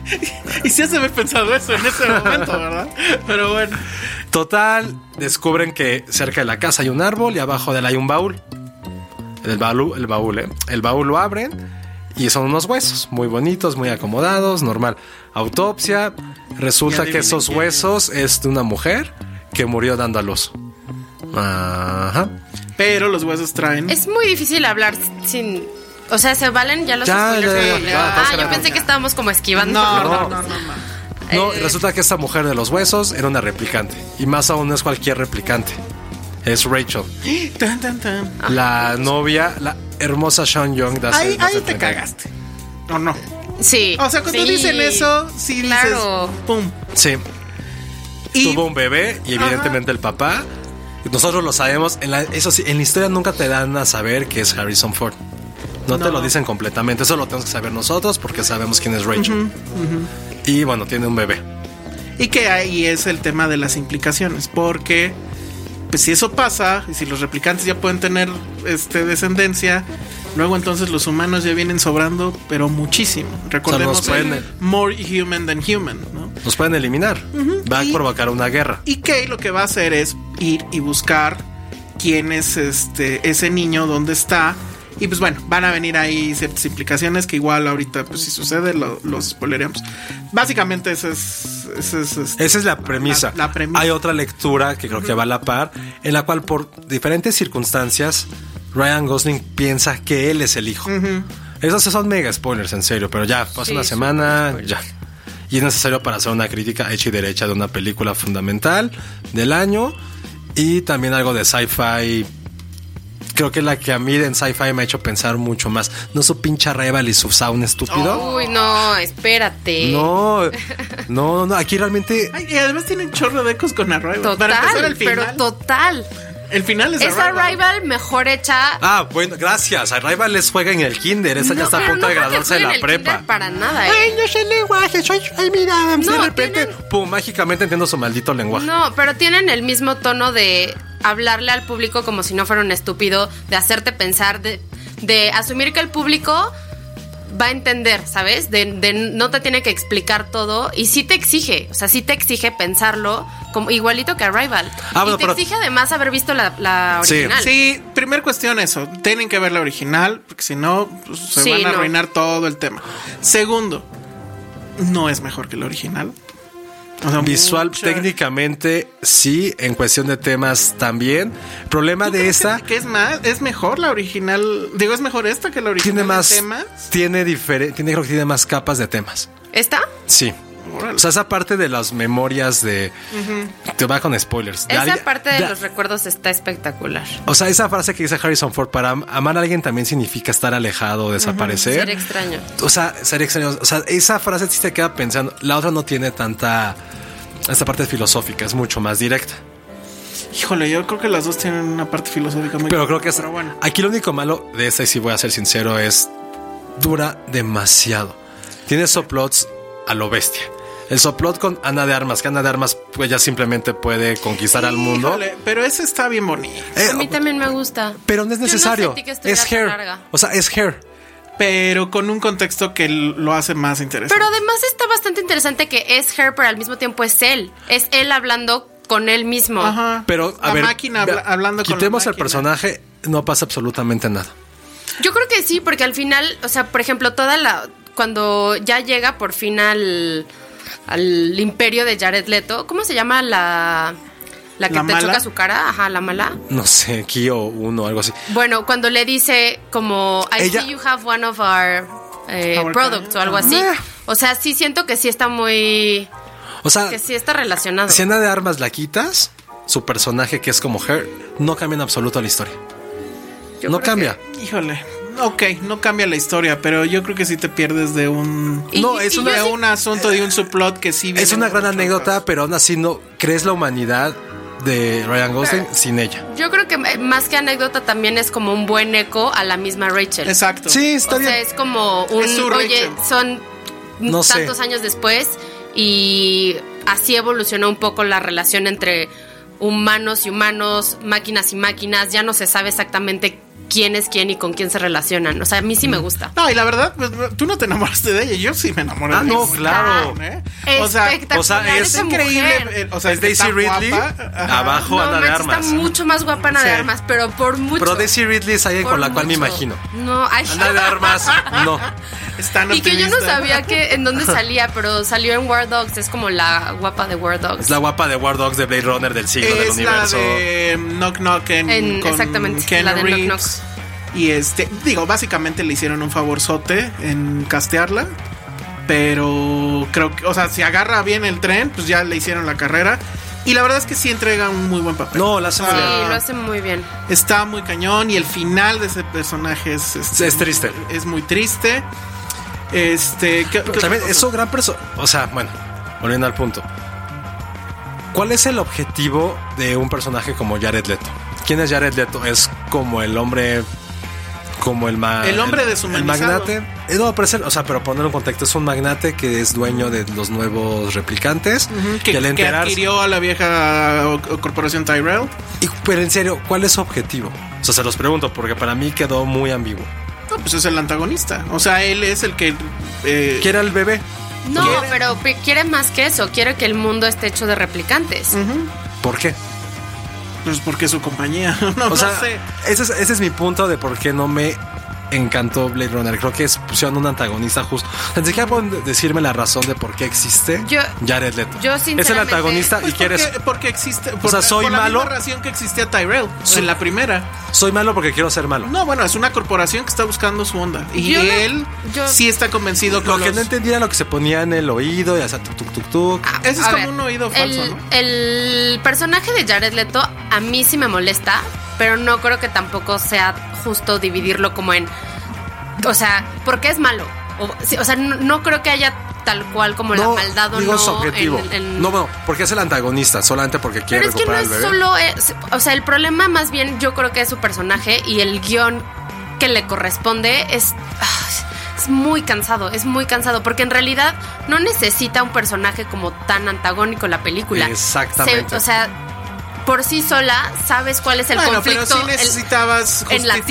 Speaker 7: (laughs) Y sí has de haber pensado eso en ese momento, ¿verdad? Pero bueno.
Speaker 5: Total, descubren que cerca de la casa hay un árbol y abajo de él hay un baúl. El baúl, el baúl, ¿eh? El baúl lo abren y son unos huesos muy bonitos, muy acomodados, normal. Autopsia. Resulta que esos huesos es de una mujer que murió dando a luz. Ajá.
Speaker 7: Pero los huesos traen.
Speaker 6: Es muy difícil hablar sin. O sea, se valen ya los
Speaker 5: Ya,
Speaker 6: spoilers
Speaker 5: ya, ya,
Speaker 6: por
Speaker 5: ya,
Speaker 6: completo?
Speaker 5: ya, todos
Speaker 6: Ah, yo
Speaker 5: sabemos.
Speaker 6: pensé que estábamos como esquivando.
Speaker 7: No, no,
Speaker 5: No.
Speaker 7: no, no, no.
Speaker 5: No,
Speaker 6: Eh.
Speaker 5: resulta que esta mujer de los huesos era una replicante. Y más aún no es cualquier replicante. Es Rachel,
Speaker 7: (gasps) Tan, tan, tan.
Speaker 5: la novia, la hermosa Sean Young de hace-
Speaker 7: Ahí,
Speaker 5: de hace
Speaker 7: ahí te
Speaker 5: 30 años.
Speaker 7: cagaste. ¿O no?
Speaker 6: Sí.
Speaker 7: O sea, cuando
Speaker 6: Sí.
Speaker 7: dicen eso, sí
Speaker 6: Claro.
Speaker 7: dices. ¡Pum!
Speaker 5: Sí.
Speaker 7: Y-
Speaker 5: Tuvo un bebé y evidentemente el papá. Nosotros lo sabemos. En la- eso sí, en la historia nunca te dan a saber que es Harrison Ford. No, te lo dicen completamente. Eso lo tenemos que saber nosotros porque sabemos quién es Rachel. Y bueno, tiene un bebé.
Speaker 7: Y que ahí es el tema de las implicaciones, porque pues si eso pasa y si los replicantes ya pueden tener este descendencia, luego entonces los humanos ya vienen sobrando, pero muchísimo. Recordemos
Speaker 5: nos pueden-
Speaker 7: el more human than human, ¿no?
Speaker 5: Nos pueden eliminar. Va
Speaker 7: Y-
Speaker 5: a provocar una guerra.
Speaker 7: Y Kay lo que va a hacer es ir y buscar quién es este ese niño, dónde está. Y pues bueno, van a venir ahí ciertas implicaciones que igual ahorita, pues si sucede, lo, los spoileríamos. Básicamente ese es... Ese es este,
Speaker 5: Esa es la premisa.
Speaker 7: La- la premisa.
Speaker 5: Hay otra lectura que creo que va a la par, en la cual por diferentes circunstancias Ryan Gosling piensa que él es el hijo. Esos son mega spoilers, en serio, pero ya, pasa una semana, ya. Y es necesario para hacer una crítica hecha y derecha de una película fundamental del año y también algo de sci-fi. Creo que la que a mí en sci-fi me ha hecho pensar mucho más. No su pincha Reval y su sound estúpido.
Speaker 7: Oh,
Speaker 6: Uy, no, espérate.
Speaker 5: No, no, no, aquí realmente
Speaker 7: Ay, y además tienen chorro de ecos con Arrival. Para empezar
Speaker 6: Total,
Speaker 7: el
Speaker 6: pero
Speaker 7: final.
Speaker 6: total.
Speaker 7: el final es,
Speaker 6: Es Arrival mejor hecha.
Speaker 5: Ah, bueno, gracias. Arrival les juega en el kinder. Esa ya está a
Speaker 6: pero
Speaker 5: punto de
Speaker 6: creo que
Speaker 5: graduarse de
Speaker 6: jueguen
Speaker 5: la
Speaker 6: el
Speaker 5: prepa.
Speaker 6: kinder Para nada,
Speaker 5: Ay,
Speaker 6: ¿eh?
Speaker 5: no sé el lenguaje, soy Amy Adams. de
Speaker 6: No,
Speaker 5: repente, pum, mágicamente entiendo su maldito lenguaje.
Speaker 6: No, pero tienen el mismo tono de hablarle al público como si no fuera un estúpido, de hacerte pensar, de, de asumir que el público va a entender, ¿sabes? De, de no te tiene que explicar todo y sí te exige, o sea, sí te exige pensarlo como igualito que Arrival.
Speaker 5: Ah, bueno,
Speaker 6: y te
Speaker 5: pero-
Speaker 6: exige además haber visto la, la
Speaker 5: Sí.
Speaker 6: original.
Speaker 7: Sí, primer cuestión eso. Tienen que ver la original, porque si no, pues, se
Speaker 6: Sí,
Speaker 7: van a
Speaker 6: no.
Speaker 7: arruinar todo el tema. Segundo, no es mejor que la original. O sea,
Speaker 5: Visual,
Speaker 7: mucha-
Speaker 5: técnicamente, sí. En cuestión de temas, también. Problema de esta,
Speaker 7: Que es más, es mejor la original. Digo, es mejor esta que la original.
Speaker 5: tiene
Speaker 7: en
Speaker 5: más.
Speaker 7: temas.
Speaker 5: Tiene diferente. Tiene, creo que tiene más capas de temas.
Speaker 6: ¿Está?
Speaker 5: Sí. O sea, esa parte de las memorias de. Te va con spoilers. De
Speaker 6: Esa
Speaker 5: alguien-
Speaker 6: parte de
Speaker 5: de-
Speaker 6: los recuerdos está espectacular.
Speaker 5: O sea, esa frase que dice Harrison Ford para am- amar a alguien también significa estar alejado, desaparecer.
Speaker 6: Ser extraño.
Speaker 5: O sea, ser extraño. O sea, esa frase sí te queda pensando. La otra no tiene tanta. Esta parte filosófica es mucho más directa.
Speaker 7: Híjole, yo creo que las dos tienen una parte filosófica muy
Speaker 5: Pero creo que es-
Speaker 7: Pero bueno.
Speaker 5: aquí lo único malo de esta, y si voy a ser sincero, es dura demasiado. Tiene subplots a lo bestia. El subplot con Ana de Armas, que Ana de Armas pues, ya simplemente puede conquistar al mundo.
Speaker 7: Híjole, pero ese está bien bonito.
Speaker 5: Eh,
Speaker 6: A mí también me gusta.
Speaker 5: pero no es
Speaker 6: Yo no
Speaker 5: necesario.
Speaker 6: sentí que estuviera
Speaker 5: es
Speaker 6: tan
Speaker 5: hair.
Speaker 6: larga.
Speaker 5: O sea, es hair.
Speaker 7: Pero con un contexto que lo hace más interesante.
Speaker 6: Pero además está bastante interesante que es Her, pero al mismo tiempo es él. Es él hablando con él mismo.
Speaker 7: Ajá.
Speaker 5: Pero a
Speaker 7: Ah, la
Speaker 5: ver,
Speaker 7: máquina habla-
Speaker 5: vea,
Speaker 7: hablando con la
Speaker 5: quitemos el
Speaker 7: máquina.
Speaker 5: personaje, no pasa absolutamente nada.
Speaker 6: Yo creo que sí, porque al final, o sea, por ejemplo, toda la. Cuando ya llega por fin al. al imperio de Jared Leto, ¿cómo se llama la. La que
Speaker 7: ¿La
Speaker 6: te
Speaker 7: mala?
Speaker 6: choca su cara, ajá, la mala.
Speaker 5: No sé, Kio 1 algo así.
Speaker 6: Bueno, cuando le dice como I
Speaker 5: Ella-
Speaker 6: see you have one of our eh,
Speaker 7: Our
Speaker 6: products o
Speaker 7: ah.
Speaker 6: algo así.
Speaker 5: Meh.
Speaker 6: O sea, sí siento que sí está muy
Speaker 5: O sea,
Speaker 6: que sí está relacionado.
Speaker 5: escena de armas la quitas, su personaje que es como Her, no cambia en absoluto la historia.
Speaker 6: Yo
Speaker 5: no
Speaker 6: creo
Speaker 5: cambia.
Speaker 7: Híjole. Ok, no cambia la historia, pero yo creo que sí te pierdes de un.
Speaker 6: Y-
Speaker 5: No, es
Speaker 6: y
Speaker 5: una-
Speaker 7: de
Speaker 6: yo sí-
Speaker 7: un asunto, de un subplot que sí.
Speaker 5: Es
Speaker 7: viene
Speaker 5: una gran
Speaker 7: mucho
Speaker 5: anécdota,
Speaker 7: atrás.
Speaker 5: pero aún así no crees la humanidad de Ryan Gosling sin ella.
Speaker 6: Yo creo que eh, más que anécdota también es como un buen eco a la misma Rachel.
Speaker 7: Exacto.
Speaker 5: Sí, está
Speaker 6: O sea,
Speaker 5: bien.
Speaker 6: es como un
Speaker 7: Es su
Speaker 6: oye,
Speaker 7: Rachel".
Speaker 6: son
Speaker 5: No sé.
Speaker 6: tantos años después y así evolucionó un poco la relación entre humanos y humanos, máquinas y máquinas, ya no se sabe exactamente quién es quién y con quién se relacionan. O sea, a mí sí me gusta.
Speaker 7: No, y la verdad, pues, tú no te enamoraste de ella, yo sí me enamoré
Speaker 5: Ah,
Speaker 7: de
Speaker 5: no,
Speaker 7: ella.
Speaker 5: claro.
Speaker 7: ¿eh? O sea,
Speaker 6: Espectacular
Speaker 5: o sea, es
Speaker 6: esa mujer.
Speaker 7: eh, O sea,
Speaker 5: es Daisy
Speaker 7: está
Speaker 5: Ridley
Speaker 7: guapa, ajá.
Speaker 5: abajo
Speaker 6: No,
Speaker 5: Ana de
Speaker 6: manches, está
Speaker 5: Armas.
Speaker 6: mucho más guapa Ana de
Speaker 7: Sí.
Speaker 6: Armas, pero por mucho.
Speaker 5: Pero Daisy Ridley es alguien
Speaker 6: por
Speaker 5: con la cual me
Speaker 6: mucho.
Speaker 5: imagino.
Speaker 6: No, ay.
Speaker 5: Ana de Armas, no.
Speaker 7: Es tan
Speaker 6: Y que yo no
Speaker 7: optimista.
Speaker 6: sabía que en dónde salía, pero salió en War Dogs, es como la guapa de War Dogs.
Speaker 5: Es la guapa de War Dogs de Blade Runner del siglo del
Speaker 7: Es la
Speaker 5: universo.
Speaker 7: de eh, Knock Knock en,
Speaker 6: En-
Speaker 7: con
Speaker 6: exactamente,
Speaker 7: Keanu
Speaker 6: la de Knock
Speaker 7: Reeves. Y este, digo, básicamente le hicieron un favorzote en castearla. Pero creo que, o sea, si agarra bien el tren, pues ya le hicieron la carrera. Y la verdad es que sí entrega un muy buen papel.
Speaker 5: No, la hace muy
Speaker 6: Sí,
Speaker 5: bien.
Speaker 6: lo hace muy bien.
Speaker 7: Está muy cañón y el final de ese personaje es, este,
Speaker 5: Es triste.
Speaker 7: es muy triste. Este, ¿qué- qué
Speaker 5: También
Speaker 7: otra
Speaker 5: es
Speaker 7: cosa?
Speaker 5: un gran persona. O sea, bueno, volviendo al punto. ¿Cuál es el objetivo de un personaje como Jared Leto? ¿Quién es Jared Leto? Es como el hombre. Como el ma-
Speaker 7: El hombre deshumanizado.
Speaker 5: magnate. Eh, No, pero es el- o sea, pero ponerlo en contexto, es un magnate que es dueño de los nuevos replicantes.
Speaker 7: Ujú, que,
Speaker 5: al
Speaker 7: que
Speaker 5: enterarse-
Speaker 7: adquirió a la vieja o- o corporación Tyrell.
Speaker 5: Y- pero en serio, ¿cuál es su objetivo? O sea, se los pregunto porque para mí quedó muy ambiguo.
Speaker 7: No, pues es el antagonista. O sea, él es el que. eh,
Speaker 5: ¿Quién era el bebé?
Speaker 6: No, pero pi- quiere más que eso. Quiere que el mundo esté hecho de replicantes.
Speaker 5: ¿Por qué?
Speaker 7: Pues porque es su compañía. (laughs) No,
Speaker 5: O sea,
Speaker 7: no sé.
Speaker 5: ese, es, ese es mi punto de por qué no me encantó Blade Runner. Creo que es, pusieron un antagonista justo. Ni siquiera pueden decirme la razón de por qué existe
Speaker 6: Yo-
Speaker 5: Jared Leto.
Speaker 6: yo
Speaker 5: es el
Speaker 6: sinceramente-
Speaker 5: antagonista
Speaker 7: Pues
Speaker 5: y quieres.
Speaker 7: Porque, porque existe. Por,
Speaker 5: sea, soy
Speaker 7: por
Speaker 5: malo.
Speaker 7: La misma razón que existía Tyrell
Speaker 5: Sí.
Speaker 7: en la primera.
Speaker 5: Soy malo porque quiero ser malo.
Speaker 7: No, bueno, es una corporación que está buscando su onda. Y
Speaker 6: Yo no-
Speaker 7: él
Speaker 6: yo-
Speaker 7: sí está convencido
Speaker 5: Lo
Speaker 7: con
Speaker 5: que
Speaker 7: los-
Speaker 5: no entendía era lo que se ponía en el oído y hacía tuk tuk tuk tuk.
Speaker 7: Ese es
Speaker 6: Ah, A
Speaker 7: como un oído falso,
Speaker 6: el,
Speaker 7: ¿no?
Speaker 6: el personaje de Jared Leto a mí sí me molesta, pero no creo que tampoco sea justo dividirlo como en. O sea, porque es malo. O, sí, o sea, no, no creo que haya tal cual como la maldad o
Speaker 5: digo
Speaker 6: no.
Speaker 5: su objetivo.
Speaker 6: en- en-
Speaker 5: No, bueno, porque es el antagonista, solamente porque quiere
Speaker 6: Pero es que no
Speaker 5: recuperar
Speaker 6: es
Speaker 5: al bebé.
Speaker 6: solo. es- o sea, el problema más bien yo creo que es su personaje y el guión que le corresponde es. ah, Es muy cansado, es muy cansado, porque en realidad no necesita un personaje como tan antagónico en la película.
Speaker 5: Exactamente.
Speaker 6: Se- o sea, por sí sola sabes cuál es el
Speaker 7: bueno,
Speaker 6: conflicto.
Speaker 7: pero sí
Speaker 6: el-
Speaker 7: necesitabas
Speaker 6: en la
Speaker 7: justificar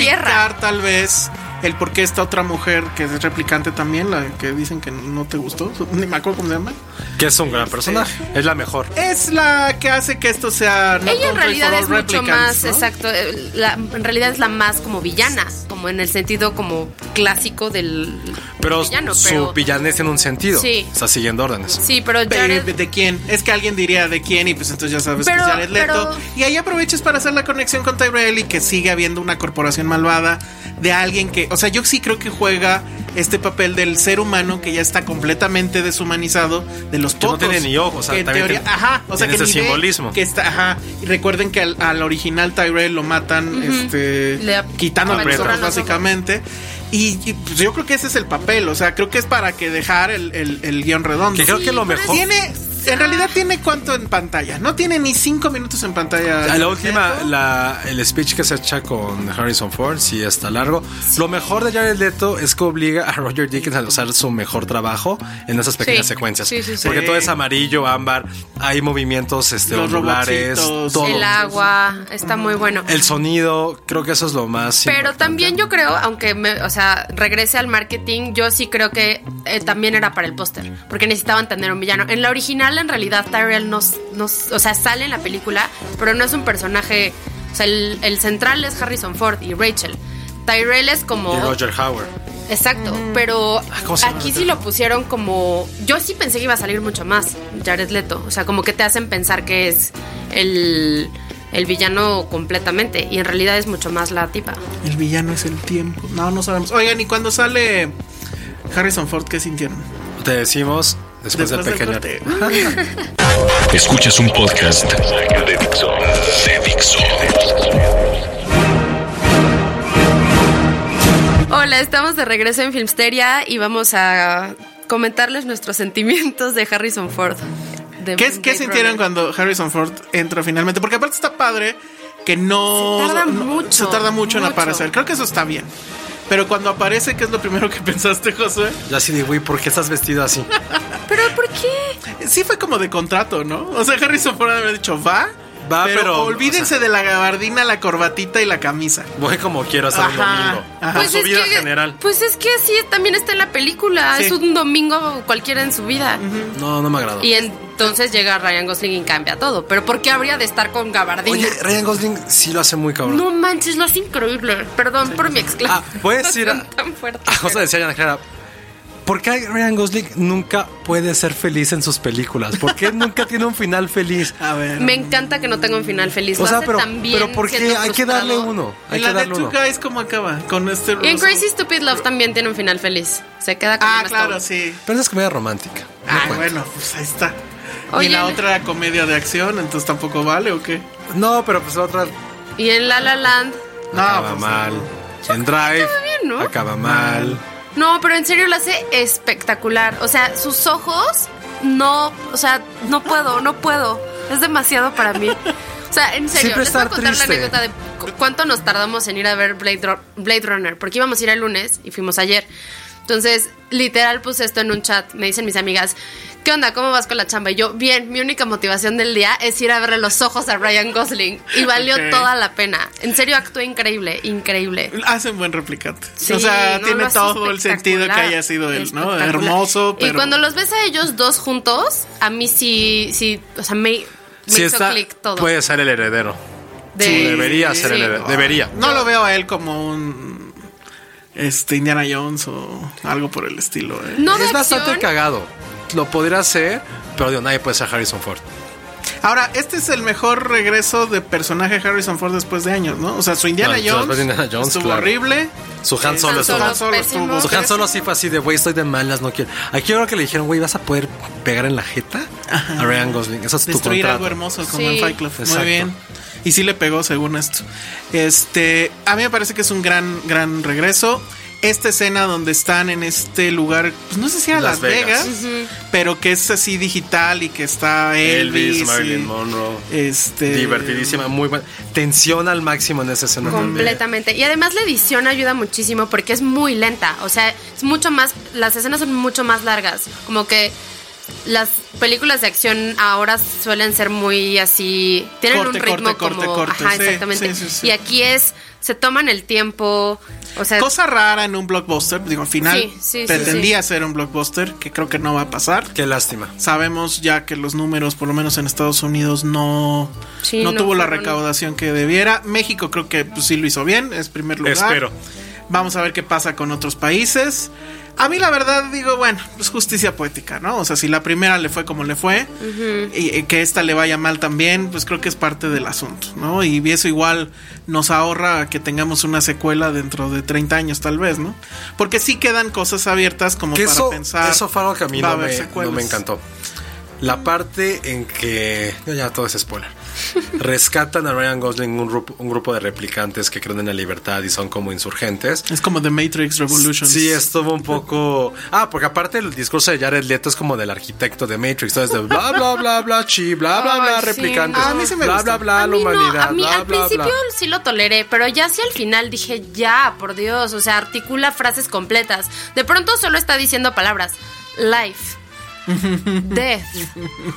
Speaker 6: tierra.
Speaker 7: tal vez el por qué esta otra mujer que es replicante también, la que dicen que no te gustó, (laughs) ni me acuerdo cómo se llama.
Speaker 5: Que es un gran personaje. Es la mejor.
Speaker 7: Es la que hace que esto sea. no
Speaker 6: ella en
Speaker 7: Country
Speaker 6: realidad
Speaker 7: for All
Speaker 6: es mucho
Speaker 7: Replicants,
Speaker 6: más,
Speaker 7: ¿no?
Speaker 6: exacto, eh, la- en realidad es la más como villana, como en el sentido como clásico del
Speaker 5: Pero
Speaker 6: villano,
Speaker 5: su
Speaker 6: pero-
Speaker 5: villanez tiene un sentido.
Speaker 6: Sí.
Speaker 5: Está siguiendo órdenes.
Speaker 6: Sí, pero
Speaker 7: Pero,
Speaker 6: Jared,
Speaker 7: ¿De quién? Es que alguien diría de quién y pues entonces ya sabes
Speaker 6: Pero-
Speaker 7: que es Jared Leto.
Speaker 6: pero-
Speaker 7: Y ahí aprovechas para hacer la conexión con Tyrell y que sigue habiendo una corporación malvada de alguien que, o sea, yo sí creo que juega este papel del ser humano que ya está completamente deshumanizado de los
Speaker 5: Que no
Speaker 7: pocos.
Speaker 5: tiene ni ojos, o sea,
Speaker 7: que en
Speaker 5: también
Speaker 7: teoría,
Speaker 5: tiene-
Speaker 7: ajá, o sea,
Speaker 5: tiene
Speaker 7: que
Speaker 5: ese
Speaker 7: ni ve,
Speaker 5: simbolismo.
Speaker 7: que está, ajá. Y recuerden que al, al original Tyrell lo matan, este,
Speaker 6: Le ap-
Speaker 7: quitando
Speaker 6: aventuran
Speaker 7: ojos
Speaker 6: los ojos.
Speaker 7: básicamente. Y, y, pues, yo creo que ese es el papel, o sea, creo que es para que dejar el, el- el guión redondo.
Speaker 5: Que creo que lo
Speaker 6: pero
Speaker 5: mejor.
Speaker 7: Tiene,
Speaker 6: Eh,
Speaker 7: en realidad tiene cuánto en pantalla. No tiene ni cinco minutos en pantalla.
Speaker 5: A la última, la- el speech que se echa con Harrison Ford, sí está largo. Lo mejor de Jared Leto es que obliga a Roger Dickens a usar su mejor trabajo en esas pequeñas
Speaker 6: Sí.
Speaker 5: secuencias.
Speaker 6: Sí, sí, sí.
Speaker 5: Porque
Speaker 7: Sí.
Speaker 5: todo es amarillo, ámbar, hay movimientos este,
Speaker 7: Los
Speaker 5: ondulares,
Speaker 7: robotcitos.
Speaker 5: todo.
Speaker 6: el agua, está muy bueno.
Speaker 5: El sonido, creo que eso es lo más.
Speaker 6: Pero
Speaker 5: importante.
Speaker 6: también yo creo, aunque me, o sea, regrese al marketing, yo sí creo que eh, también era para el póster, porque necesitaban tener un villano. En la original, en realidad, Tyrell no, s- no s- o sea, sale en la película, pero no es un personaje. O sea, el, el central es Harrison Ford y Rachel. Tyrell es como.
Speaker 5: Y Roger Howard.
Speaker 6: Exacto, pero
Speaker 7: Ah,
Speaker 5: ¿cómo se llama?
Speaker 6: aquí sí lo pusieron como. Yo sí pensé que iba a salir mucho más Jared Leto. O sea, como que te hacen pensar que es el, el villano completamente. Y en realidad es mucho más la tipa.
Speaker 7: El villano es el tiempo. No, no sabemos. Oigan, ¿y cuando sale Harrison Ford, qué sintieron?
Speaker 5: Te decimos después, del pequeño.
Speaker 7: corte.
Speaker 3: Escuchas un podcast de Dixo. De Dixo.
Speaker 6: Hola, estamos de regreso en Filmsteria y vamos a comentarles nuestros sentimientos de Harrison Ford. de
Speaker 7: ¿Qué,
Speaker 6: Blade
Speaker 7: qué sintieron
Speaker 6: Runner.
Speaker 7: cuando Harrison Ford entra finalmente? Porque aparte está padre que no.
Speaker 6: Se tarda
Speaker 7: no-
Speaker 6: mucho,
Speaker 7: se tarda mucho, en
Speaker 6: mucho.
Speaker 7: aparecer. Creo que eso está bien. Pero cuando aparece, ¿qué es lo primero que (laughs) pensaste, José?
Speaker 5: Ya así de, güey, ¿por qué estás vestido así?
Speaker 6: ¿Pero por qué?
Speaker 7: Sí fue como de contrato, ¿no? O sea, Harrison Ford haber dicho, va.
Speaker 5: Va, pero,
Speaker 7: olvídense de la gabardina, la corbatita y la camisa.
Speaker 5: Voy como quiero hacer un
Speaker 7: Ajá,
Speaker 5: domingo.
Speaker 7: ajá.
Speaker 5: Por su vida general.
Speaker 6: Pues es que así también está en la película.
Speaker 7: Sí.
Speaker 6: Es un domingo cualquiera en su vida.
Speaker 5: No, no me agradó.
Speaker 6: Y entonces llega Ryan Gosling y cambia todo. Pero ¿por qué habría de estar con gabardina?
Speaker 5: Oye, Ryan Gosling sí lo hace muy cabrón.
Speaker 6: no manches, lo hace increíble. Perdón por mi
Speaker 5: Ah,
Speaker 6: exclamación.
Speaker 5: puedes ir a.
Speaker 6: (laughs)
Speaker 5: Ah,
Speaker 6: tan fuerte.
Speaker 5: a cosa
Speaker 6: pero-
Speaker 5: de Ana Clara. ¿Por qué Ryan Gosling nunca puede ser feliz en sus películas? ¿Por qué nunca (laughs) tiene un final feliz?
Speaker 7: A ver.
Speaker 6: Me encanta que no tenga un final feliz.
Speaker 5: O
Speaker 6: Lo
Speaker 5: sea,
Speaker 6: hace
Speaker 5: pero,
Speaker 6: tan bien
Speaker 5: pero ¿por qué
Speaker 6: siendo
Speaker 5: hay que darle
Speaker 6: frustrado.
Speaker 5: uno?
Speaker 7: ¿Y
Speaker 5: Hay
Speaker 7: la
Speaker 5: que
Speaker 7: de
Speaker 5: darle
Speaker 7: Two
Speaker 5: uno.
Speaker 7: Guys cómo acaba? Con este.
Speaker 6: Y en
Speaker 7: Russell.
Speaker 6: Crazy Stupid Love también tiene un final feliz. Se queda con
Speaker 7: Ah,
Speaker 6: Emma Stone.
Speaker 7: claro, sí.
Speaker 5: Pero esa es comedia romántica. no
Speaker 7: Ah,
Speaker 5: cuenta.
Speaker 7: bueno, pues ahí está. y
Speaker 6: Oye,
Speaker 7: la
Speaker 6: el-
Speaker 7: otra era comedia de acción, entonces tampoco vale o qué?
Speaker 5: No, pero pues la
Speaker 7: Ah,
Speaker 5: otra
Speaker 6: Y en La La Land.
Speaker 7: No,
Speaker 5: acaba
Speaker 7: pues,
Speaker 5: mal.
Speaker 7: no.
Speaker 5: En Drive
Speaker 6: acaba bien, ¿no?
Speaker 5: acaba mal.
Speaker 6: No, pero en serio lo hace espectacular. O sea, sus ojos, no, o sea, no puedo, no puedo. Es demasiado para mí. O sea, en serio,
Speaker 5: Siempre
Speaker 6: les voy a
Speaker 5: estar
Speaker 6: contar
Speaker 5: triste.
Speaker 6: la anécdota de cu- cuánto nos tardamos en ir a ver Blade, Ro- Blade Runner, porque íbamos a ir el lunes y fuimos ayer. Entonces, literal puse esto en un chat, me dicen mis amigas, ¿qué onda? ¿Cómo vas con la chamba? Y yo, bien, mi única motivación del día es ir a verle los ojos a Ryan Gosling. Y valió
Speaker 7: Ok.
Speaker 6: toda la pena. En serio, actuó increíble, increíble.
Speaker 7: Hacen buen replicante.
Speaker 6: Sí,
Speaker 7: o sea,
Speaker 6: no, lo
Speaker 7: tiene
Speaker 6: hace
Speaker 7: todo el sentido que
Speaker 6: espectacular.
Speaker 7: haya sido él, ¿no?
Speaker 6: Espectacular.
Speaker 7: Hermoso, pero.
Speaker 6: Y cuando los ves a ellos dos juntos, a mí sí, sí, o sea, me, me
Speaker 5: Si
Speaker 6: hizo
Speaker 5: está,
Speaker 6: clic todo.
Speaker 5: puede ser el heredero.
Speaker 6: De-
Speaker 5: O debería ser el
Speaker 6: sí.
Speaker 5: heredero. Debería.
Speaker 7: No lo veo a él como un. Este, Indiana Jones o algo por el estilo. ¿eh?
Speaker 6: No de
Speaker 5: es bastante
Speaker 6: acción.
Speaker 5: cagado. Lo podría hacer, pero digo, nadie puede ser Harrison Ford.
Speaker 7: Ahora, este es el mejor regreso de personaje de Harrison Ford después de años, ¿no? O sea, su Indiana,
Speaker 5: No, Ah, después
Speaker 7: Jones,
Speaker 5: de Indiana Jones,
Speaker 7: estuvo
Speaker 5: claro.
Speaker 7: horrible.
Speaker 5: Su Han Solo
Speaker 6: Han
Speaker 5: estuvo-
Speaker 6: Solo,
Speaker 7: Han Solo
Speaker 6: pésimo.
Speaker 7: estuvo.
Speaker 5: Su Han Solo así fue así de, güey, estoy de malas, no quiero. Aquí yo creo que le dijeron, güey, vas a poder pegar en la jeta a Ryan Gosling. Eso es tu
Speaker 7: Destruir
Speaker 5: contrato.
Speaker 7: algo hermoso como
Speaker 6: Sí.
Speaker 7: en Fight Club.
Speaker 5: Exacto.
Speaker 7: Muy bien. Y sí le pegó según esto. Este, a mí me parece que es un gran, gran regreso. Esta escena donde están en este lugar, pues no sé si era Las,
Speaker 5: Las
Speaker 7: Vegas,
Speaker 5: Vegas.
Speaker 7: pero que es así digital y que está Elvis,
Speaker 5: Elvis, Marilyn
Speaker 7: y,
Speaker 5: Monroe.
Speaker 7: Este,
Speaker 5: Divertidísima, muy buena. Tensión al máximo en esa escena.
Speaker 6: Completamente. Y además la edición ayuda muchísimo porque es muy lenta. O sea, es mucho más. Las escenas son mucho más largas. Como que las películas de acción ahora suelen ser muy así. Tienen
Speaker 7: Corte,
Speaker 6: un ritmo
Speaker 7: corte, corte,
Speaker 6: como.
Speaker 7: corte.
Speaker 6: Ajá,
Speaker 7: Sí,
Speaker 6: exactamente.
Speaker 7: sí, sí, sí.
Speaker 6: Y aquí es. Se toman el tiempo. O sea.
Speaker 7: Cosa rara en un blockbuster, digo, al final
Speaker 6: Sí, sí, sí,
Speaker 7: pretendía ser un blockbuster, que creo que no va a pasar.
Speaker 5: Qué lástima.
Speaker 7: Sabemos ya que los números, por lo menos en Estados Unidos, no,
Speaker 6: Sí,
Speaker 7: no,
Speaker 6: no
Speaker 7: tuvo la
Speaker 6: fueron-
Speaker 7: recaudación que debiera. México creo que pues, sí lo hizo bien, es primer lugar.
Speaker 5: Espero.
Speaker 7: Vamos a ver qué pasa con otros países. A mí la verdad digo, bueno, pues justicia poética, ¿no? O sea, si la primera le fue como le fue, y, y que esta le vaya mal también, pues creo que es parte del asunto, ¿no? Y eso igual nos ahorra que tengamos una secuela dentro de 30 años tal vez, ¿no? Porque sí quedan cosas abiertas como
Speaker 5: Que
Speaker 7: para
Speaker 5: eso,
Speaker 7: pensar.
Speaker 5: eso fue algo que a mí
Speaker 7: va
Speaker 5: no
Speaker 7: haber
Speaker 5: me, no
Speaker 7: secuelas.
Speaker 5: me encantó. La parte en que. no, Ya todo es
Speaker 7: (laughs)
Speaker 5: spoiler. Rescatan a Ryan Gosling un, grupo- un grupo de replicantes que creen en la libertad y son como insurgentes.
Speaker 7: Es como The Matrix Revolution.
Speaker 5: Sí, estuvo un poco. Ah, porque aparte el discurso de Jared Leto es como del arquitecto de Matrix. Todo es de bla, bla, bla, bla, chi, bla, bla, bla,
Speaker 6: Ay, sí,
Speaker 5: replicantes.
Speaker 6: no. A
Speaker 7: mí sí me
Speaker 5: Bla,
Speaker 7: gustó.
Speaker 5: bla, bla, la
Speaker 6: a mí no,
Speaker 5: humanidad.
Speaker 6: a mí
Speaker 5: bla,
Speaker 6: al
Speaker 5: bla, bla.
Speaker 6: principio sí lo toleré, pero ya hacia el final dije, ya, por Dios, o sea, articula frases completas. De pronto solo está diciendo palabras.
Speaker 5: (laughs)
Speaker 6: Life. Death.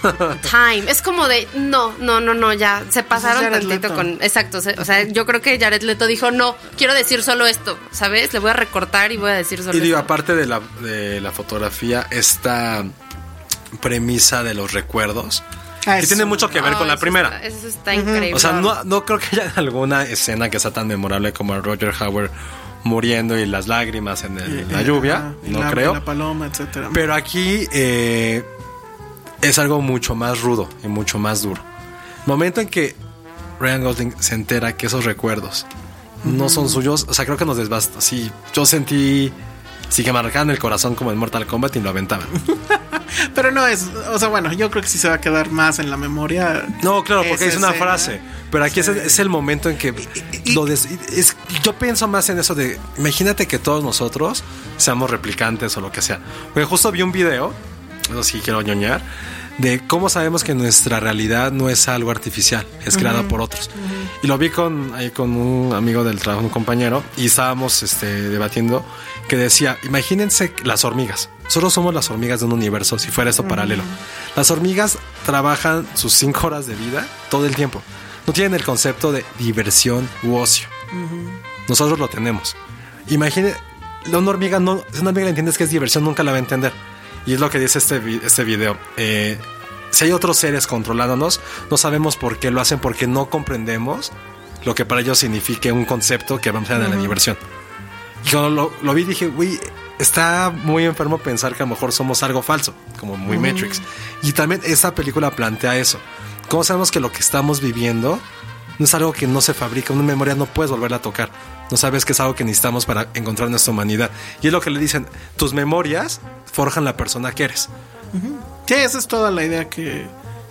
Speaker 6: Time. Es como de, no, no, no, no, ya. Se pasaron
Speaker 7: Jared
Speaker 6: tantito
Speaker 7: Leto.
Speaker 6: con... Exacto. se- O sea, yo creo que Jared Leto dijo, no, quiero decir solo esto, ¿sabes? Le voy a recortar y voy a decir solo
Speaker 5: Y digo,
Speaker 6: esto.
Speaker 5: aparte de la, de la fotografía, esta premisa de los recuerdos.
Speaker 7: Ah,
Speaker 5: que
Speaker 7: eso.
Speaker 5: tiene mucho que ver
Speaker 6: No,
Speaker 5: con la
Speaker 6: eso
Speaker 5: primera.
Speaker 6: está- eso está increíble.
Speaker 5: O sea, no, no creo que haya alguna escena que sea tan memorable como a Roger Howard muriendo y las lágrimas en el- la
Speaker 7: Eh,
Speaker 5: lluvia,
Speaker 7: ajá, y
Speaker 5: no
Speaker 7: la-
Speaker 5: creo.
Speaker 7: La paloma, etcétera.
Speaker 5: Pero aquí eh, es algo mucho más rudo y mucho más duro. Momento en que Ryan Gosling se entera que esos recuerdos no son suyos, o sea, creo que nos desbasta. Sí, yo sentí, sí que me arrancaban el corazón como en Mortal Kombat y lo aventaban.
Speaker 7: Pero no es, o sea, bueno, yo creo que sí se va a quedar más en la memoria.
Speaker 5: No, claro,
Speaker 7: esa
Speaker 5: porque es una
Speaker 7: escena.
Speaker 5: frase. Pero aquí es, es el momento en que lo des- es- yo pienso más en eso de imagínate que todos nosotros seamos replicantes o lo que sea. Porque justo vi un video, eso sí quiero ñoñar, de cómo sabemos que nuestra realidad no es algo artificial, es creada por otros. Y lo vi con, ahí con un amigo del trabajo, un compañero, y estábamos este, debatiendo que decía, imagínense las hormigas. Nosotros somos las hormigas de un universo, si fuera esto paralelo. Las hormigas trabajan sus cinco horas de vida todo el tiempo. No tienen el concepto de diversión u ocio. Nosotros lo tenemos. Imagine, la- una hormiga no, si una hormiga le entiendes que es diversión, nunca la va a entender. Y es lo que dice este, vi- este video. Eh, si hay otros seres controlándonos, no sabemos por qué lo hacen, porque no comprendemos lo que para ellos signifique un concepto que va a empezar en la diversión. Y cuando lo, lo vi dije, güey, está muy enfermo pensar que a lo mejor somos algo falso, como muy Matrix. Y también esta película plantea eso. ¿Cómo sabemos que lo que estamos viviendo no es algo que no se fabrica? Una memoria no puedes volverla a tocar. No sabes que es algo que necesitamos para encontrar nuestra humanidad. Y es lo que le dicen, tus memorias forjan la persona que eres.
Speaker 7: Sí, esa es toda la idea que,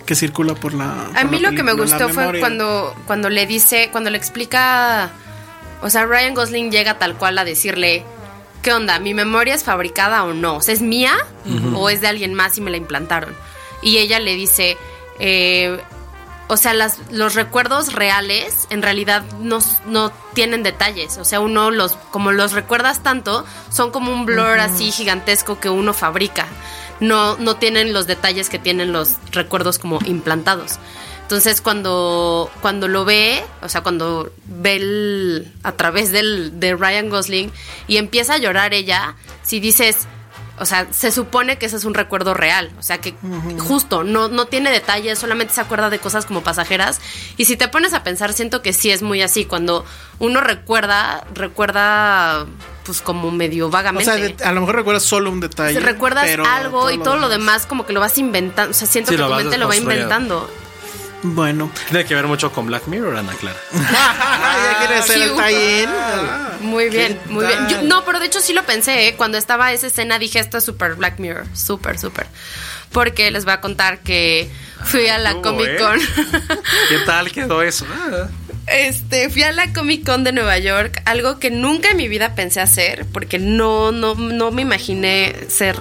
Speaker 7: que circula por la.
Speaker 6: A
Speaker 7: por
Speaker 6: mí
Speaker 7: la
Speaker 6: lo que me
Speaker 7: película, la
Speaker 6: gustó fue
Speaker 7: memoria.
Speaker 6: cuando, cuando le dice, cuando le explica, o sea, Ryan Gosling llega tal cual a decirle, ¿qué onda? ¿Mi memoria es fabricada o no? O sea, ¿es mía o es de alguien más y me la implantaron? Y ella le dice, eh, o sea, las, los recuerdos reales en realidad no, no tienen detalles. O sea, uno los, como los recuerdas tanto, son como un blur así gigantesco que uno fabrica. No, no tienen los detalles que tienen los recuerdos como implantados. Entonces cuando, cuando lo ve, o sea, cuando ve el- a través del, de Ryan Gosling y empieza a llorar ella, si dices, o sea, se supone que ese es un recuerdo real. O sea, que justo, no, no tiene detalles, solamente se acuerda de cosas como pasajeras. Y si te pones a pensar, siento que sí es muy así. Cuando uno recuerda, recuerda pues como medio
Speaker 7: O
Speaker 6: vagamente.
Speaker 7: sea, de- a lo mejor recuerdas solo un detalle.
Speaker 6: Si recuerdas
Speaker 7: pero
Speaker 6: algo y todo lo
Speaker 7: demás.
Speaker 6: demás como que lo vas inventando. O sea, siento
Speaker 5: Sí,
Speaker 6: que
Speaker 5: lo
Speaker 6: tu
Speaker 5: vas
Speaker 6: mente lo va
Speaker 5: desconstruyendo.
Speaker 6: inventando.
Speaker 7: Bueno.
Speaker 5: Tiene que ver mucho con Black Mirror, Ana Clara.
Speaker 7: Ah, ya quieres hacer el
Speaker 6: sí.
Speaker 7: tie-in.
Speaker 6: Muy bien,
Speaker 7: ¿Qué
Speaker 6: muy bien. Yo-
Speaker 7: tal?
Speaker 6: no, pero de hecho sí lo pensé, ¿eh? Cuando estaba esa escena dije, esto es súper Black Mirror, súper, súper. Porque les voy a contar que fui a la
Speaker 7: Ah,
Speaker 5: hubo,
Speaker 7: ¿eh?
Speaker 6: Comic Con.
Speaker 5: ¿Qué tal quedó eso? Ah.
Speaker 6: (laughs) Este, fui a la Comic Con de Nueva York, algo que nunca en mi vida pensé hacer, porque no, no, no me imaginé ser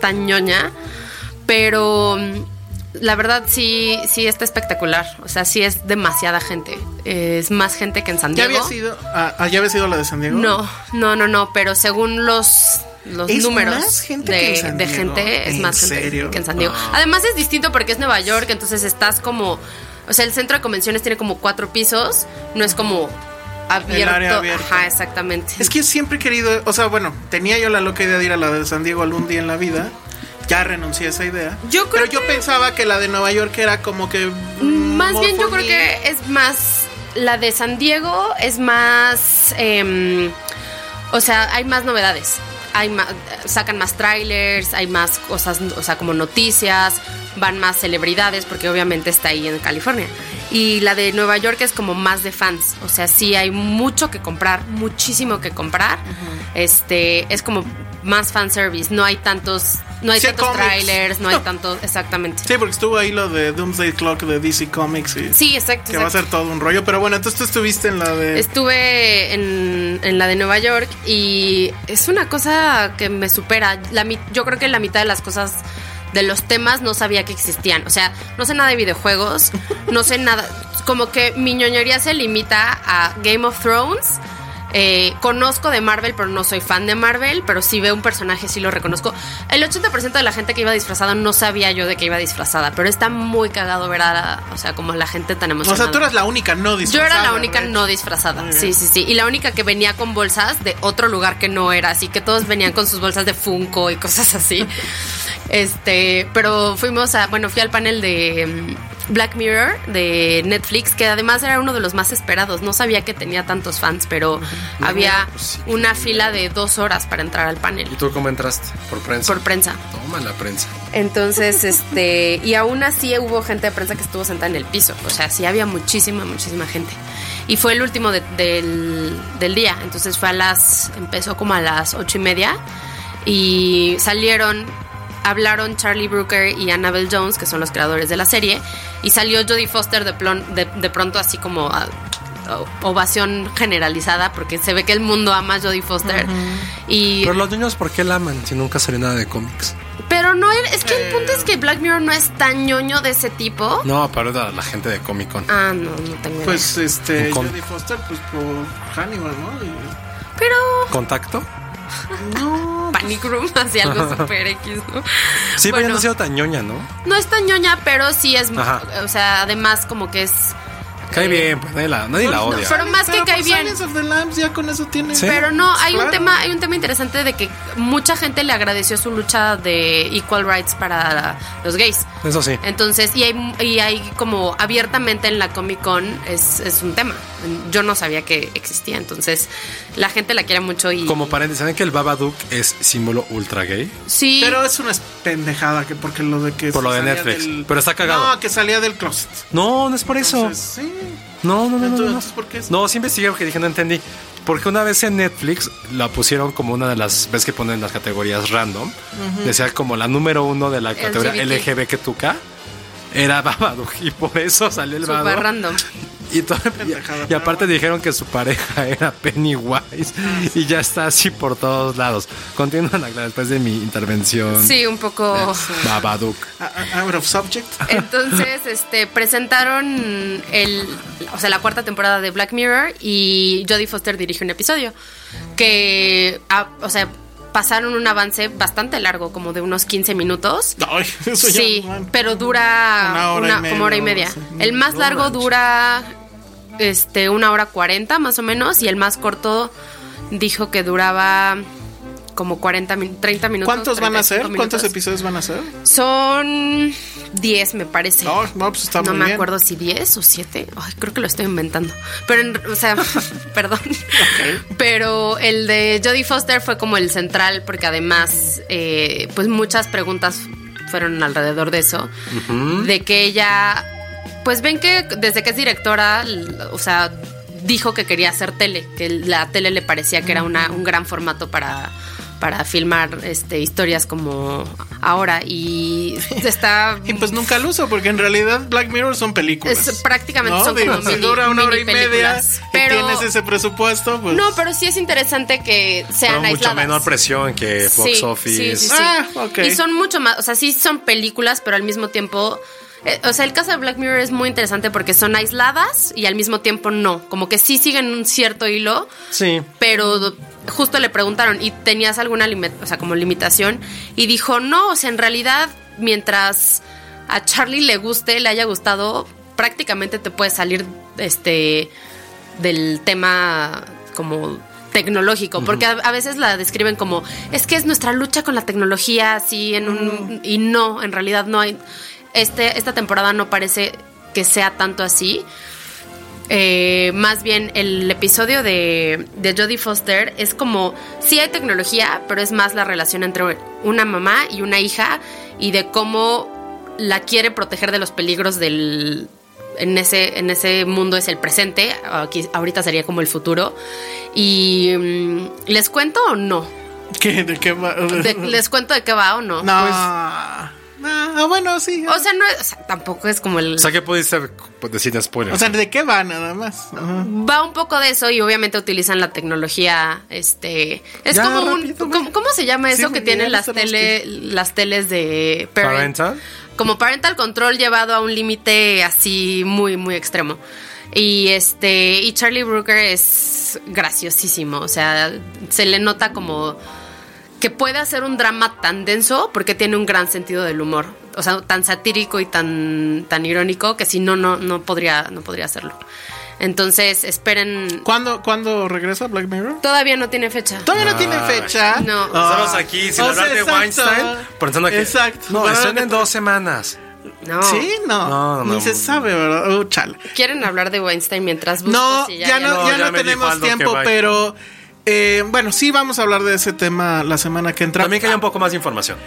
Speaker 6: tan ñoña, pero mm, la verdad sí, sí está espectacular, o sea, sí es demasiada gente, es más gente que en San
Speaker 7: ¿Ya
Speaker 6: Diego.
Speaker 7: había sido, ah, ah, ¿Ya había sido la de San Diego?
Speaker 6: No, no, no, no, pero según los, los
Speaker 7: ¿Es
Speaker 6: números
Speaker 7: más gente
Speaker 6: de,
Speaker 7: que en San
Speaker 6: de
Speaker 7: Diego?
Speaker 6: gente, es
Speaker 7: ¿En
Speaker 6: más
Speaker 7: serio?
Speaker 6: gente que en San Diego. Además es distinto porque es Nueva York, entonces estás como, o sea, el centro de convenciones tiene como cuatro pisos, no es como abierto.
Speaker 7: área abierta.
Speaker 6: Ajá, exactamente.
Speaker 7: Es que yo siempre he querido, o sea, bueno, tenía yo la loca idea de ir a la de San Diego algún día en la vida. Ya renuncié a esa idea.
Speaker 6: Yo
Speaker 7: pero
Speaker 6: creo
Speaker 7: yo
Speaker 6: que-
Speaker 7: pensaba que la de Nueva York era como que. mm,
Speaker 6: Más
Speaker 7: more
Speaker 6: bien yo
Speaker 7: for
Speaker 6: creo
Speaker 7: me.
Speaker 6: que es más la de San Diego es más em, o sea, hay más novedades. Hay ma- sacan más trailers, hay más cosas, o sea, como noticias, van más celebridades porque obviamente está ahí en California. Y la de Nueva York es como más de fans, o sea, sí hay mucho que comprar, muchísimo que comprar. Este, es como más fan service, no hay tantos no hay
Speaker 7: Sí, hay
Speaker 6: tantos
Speaker 7: cómics. (laughs)
Speaker 6: trailers, no hay tantos exactamente.
Speaker 7: Sí, porque estuvo ahí lo de Doomsday Clock de DC Comics y.
Speaker 6: Sí, exacto.
Speaker 7: Que va a
Speaker 6: exacto.
Speaker 7: ser todo un rollo. Pero bueno, entonces tú estuviste en la de.
Speaker 6: Estuve en, en la de Nueva York y es una cosa que me supera. La, mi- yo creo que la mitad de las cosas de los temas no sabía que existían. O sea, no sé nada
Speaker 7: (laughs)
Speaker 6: de videojuegos, no sé nada. Como que mi ñoñería se limita a Game of Thrones. eh, conozco de Marvel, pero no soy fan de Marvel. Pero si veo un personaje, sí lo reconozco. El 80% de la gente que iba disfrazada no sabía yo de que iba disfrazada. Pero está muy cagado ver a, la- o sea, como a la gente tan
Speaker 7: o
Speaker 6: emocionada.
Speaker 7: sea, tú eras la única no
Speaker 6: Yo
Speaker 7: disfrazada. ¿eh?
Speaker 6: era la única
Speaker 7: ¿verdad?
Speaker 6: no disfrazada.
Speaker 7: Muy
Speaker 6: Sí,
Speaker 7: bien.
Speaker 6: sí, sí. Y la única que venía con bolsas de otro lugar que no era. Así que todos venían con sus bolsas de Funko
Speaker 7: (laughs)
Speaker 6: y cosas así. este, pero fuimos a. Bueno, fui al panel de. mm, Black Mirror de Netflix, que además era uno de los más esperados. No sabía que tenía tantos fans, pero había
Speaker 7: Pues
Speaker 6: una fila de dos horas para entrar al panel
Speaker 8: ¿Y tú cómo entraste? Por prensa.
Speaker 6: por prensa.
Speaker 8: Toma la prensa.
Speaker 6: Entonces, este, y aún así hubo gente de prensa que estuvo sentada en el piso. O sea, sí había muchísima, muchísima gente. Y fue el último de- del, del día. Entonces fue a las, empezó como a las ocho y media. Y salieron, hablaron Charlie Brooker y Annabelle Jones, que son los creadores de la serie. Y salió Jodie Foster de, plon- de, de pronto así como ah, o- ovación generalizada, porque se ve que el mundo ama a Jodie Foster. Y
Speaker 5: Pero los niños, ¿por qué la aman si nunca salió nada de cómics?
Speaker 6: pero no, era- es que
Speaker 5: Eh.
Speaker 6: el punto es que Black Mirror no es tan ñoño de ese tipo.
Speaker 5: No, pero era la gente de Comic Con.
Speaker 6: Ah, no, no tengo
Speaker 7: Pues este,
Speaker 5: Un con-
Speaker 7: Jodie Foster, pues por Hannibal, ¿no? Y-
Speaker 6: idea. Pero
Speaker 5: ¿Contacto?
Speaker 7: no,
Speaker 6: Panic Room (laughs)
Speaker 5: (laughs)
Speaker 6: hacía algo super X, ¿no?
Speaker 5: Sí, pero ya
Speaker 6: Bueno.
Speaker 5: no ha sido tan ñoña, ¿no?
Speaker 6: No es tan ñoña, pero sí es.
Speaker 5: Ajá.
Speaker 6: O sea, además, como que es.
Speaker 7: Eh,
Speaker 5: Cae bien, pues nadie la, nadie la odia.
Speaker 6: pero más que cae
Speaker 7: por
Speaker 6: bien.
Speaker 7: Silence of the Lambs ya con eso tiene.
Speaker 5: Sí. pues,
Speaker 6: Pero no, hay un
Speaker 7: Claro.
Speaker 6: tema, hay un tema interesante de que mucha gente le agradeció su lucha de equal rights para los gays.
Speaker 5: Eso sí.
Speaker 6: Entonces, y hay, y hay como abiertamente en la Comic Con es, es un tema. Yo no sabía que existía, entonces la gente la quiere mucho y
Speaker 5: Como paréntesis, ¿saben que el Babadook es símbolo ultra gay?
Speaker 6: sí.
Speaker 7: Pero es una pendejada que porque lo de que
Speaker 5: Por lo de
Speaker 7: salía
Speaker 5: Netflix, pero está cagado.
Speaker 7: No, que salía del closet.
Speaker 5: No, no es por eso.
Speaker 7: Entonces, sí.
Speaker 5: No, no, no, no, no.
Speaker 7: Entonces, ¿por qué es?
Speaker 5: No, sí investigué porque dije, no entendí. Porque una vez en Netflix la pusieron como una de las, ves que ponen las categorías random, decía como la número uno de la categoría
Speaker 6: LGBT.
Speaker 5: LGBTQ, era Babadook y por eso salió el
Speaker 6: Súper
Speaker 5: Babadook.
Speaker 6: random.
Speaker 5: Y, to- y-
Speaker 7: pendejada,
Speaker 5: y aparte
Speaker 7: pero
Speaker 5: dijeron que su pareja (laughs) era Pennywise y ya está así por todos lados. Continúan aclarar después de mi intervención.
Speaker 6: Sí, oh.
Speaker 5: (laughs)
Speaker 6: un poco.
Speaker 5: Babadook.
Speaker 7: A- a- Out of subject.
Speaker 6: Entonces, este, presentaron el, o sea, la cuarta temporada de Black Mirror y Jodie Foster dirige un episodio que, ah, o sea, pasaron un avance bastante largo, como de unos 15 minutos.
Speaker 7: Ay, (laughs) eso ya,
Speaker 6: Sí,
Speaker 7: bueno.
Speaker 6: pero dura
Speaker 7: Una hora y
Speaker 6: una- como hora y
Speaker 7: media,
Speaker 6: media.
Speaker 7: sí.
Speaker 6: El más largo dura este una hora cuarenta más o menos y el más corto dijo que duraba como 40 min- 30 minutos.
Speaker 7: ¿Cuántos van a
Speaker 6: 35
Speaker 7: ser? ¿Cuántos
Speaker 6: minutos.
Speaker 7: episodios van a ser?
Speaker 6: Son 10 me parece.
Speaker 7: No, no, pues está
Speaker 6: No
Speaker 7: muy
Speaker 6: me
Speaker 7: bien.
Speaker 6: acuerdo si 10 o 7. Ay, creo que lo estoy inventando. Pero, en- o sea, (laughs) perdón. Pero el de Jodie Foster fue como el central, porque además, eh, pues muchas preguntas fueron alrededor de eso. De que ella, pues ven que desde que es directora, l- o sea, dijo que quería hacer tele, que la tele le parecía que era una- un gran formato para para filmar este historias como ahora y está
Speaker 7: (laughs) Y pues nunca lo uso, porque en realidad Eh, Black Mirror son películas.
Speaker 6: Es- prácticamente
Speaker 7: ¿No?
Speaker 6: son
Speaker 7: Digo,
Speaker 6: como
Speaker 7: si
Speaker 6: mini-
Speaker 7: dura una hora y
Speaker 6: mini
Speaker 7: media
Speaker 6: películas,
Speaker 7: y
Speaker 6: pero-
Speaker 7: tienes ese presupuesto, pues.
Speaker 6: No, pero sí es interesante que
Speaker 5: Pero
Speaker 6: sean
Speaker 5: mucho
Speaker 6: aisladas.
Speaker 5: menor presión que Box
Speaker 6: Sí,
Speaker 5: Office.
Speaker 6: sí, sí, sí.
Speaker 7: Ah, ok.
Speaker 6: Y son mucho más, o sea, sí son películas, pero al mismo tiempo... eh, o sea, el caso de Black Mirror es muy interesante porque son aisladas y al mismo tiempo no. Como que sí siguen un cierto hilo,
Speaker 5: Sí.
Speaker 6: pero justo le preguntaron, ¿y tenías alguna limi- o sea, como limitación? Y dijo, no, o sea, en realidad, mientras a Charlie le guste, le haya gustado, prácticamente te puedes salir este, del tema como tecnológico, porque a, a veces la describen como, es que es nuestra lucha con la tecnología, así, en un, y no, en realidad no hay, este, esta temporada no parece que sea tanto así, eh, más bien el episodio de, de Jodie Foster es como, sí hay tecnología, pero es más la relación entre una mamá y una hija y de cómo la quiere proteger de los peligros del... En ese, en ese mundo es el presente, aquí, ahorita sería como el futuro. Y mm, les cuento o no?
Speaker 7: ¿Qué? ¿De qué va?
Speaker 6: De- les cuento de qué va o no.
Speaker 7: No. Ah, bueno, sí.
Speaker 6: O sea, no es- o sea, tampoco es como el...
Speaker 5: O sea, ¿qué pudiste decir de spoiler?
Speaker 7: O sea, ¿de qué va nada más? Ajá.
Speaker 6: va un poco de eso y obviamente utilizan la tecnología este es
Speaker 5: Ya,
Speaker 6: como un
Speaker 5: rápido, güey.
Speaker 6: ¿cómo, cómo se llama
Speaker 7: Sí,
Speaker 6: eso
Speaker 7: porque
Speaker 6: que
Speaker 7: ya
Speaker 6: tienen las
Speaker 7: nos tenemos
Speaker 6: tele las teles de parent-
Speaker 5: Parental.
Speaker 6: como parental control llevado a un límite así muy muy extremo y este y Charlie Brooker es graciosísimo o sea se le nota como que puede hacer un drama tan denso porque tiene un gran sentido del humor o sea tan satírico y tan tan irónico que si no no no podría no podría hacerlo entonces esperen
Speaker 7: ¿Cuándo, ¿Cuándo regresa Black Mirror?
Speaker 6: todavía no tiene fecha
Speaker 7: Todavía no tiene fecha.
Speaker 6: No.
Speaker 7: Ah.
Speaker 5: Estamos aquí sin
Speaker 7: O sea,
Speaker 5: hablar de
Speaker 7: exacto.
Speaker 5: Weinstein, pensando que.
Speaker 7: Exacto.
Speaker 5: No,
Speaker 7: Para-
Speaker 5: están en dos semanas.
Speaker 6: No.
Speaker 7: Sí, no.
Speaker 5: No, no,
Speaker 7: Ni
Speaker 5: no.
Speaker 7: se sabe, ¿verdad? Uh, chale.
Speaker 6: ¿Quieren hablar de Weinstein mientras buscas?
Speaker 7: No,
Speaker 6: Y
Speaker 7: ya, no, ya
Speaker 8: Pues, ya
Speaker 7: no
Speaker 8: me dijo
Speaker 7: tenemos
Speaker 8: Aldo que
Speaker 7: tiempo,
Speaker 8: vaya.
Speaker 7: pero eh, bueno, sí vamos a hablar de ese tema la semana que entra.
Speaker 8: También que haya un poco más de información.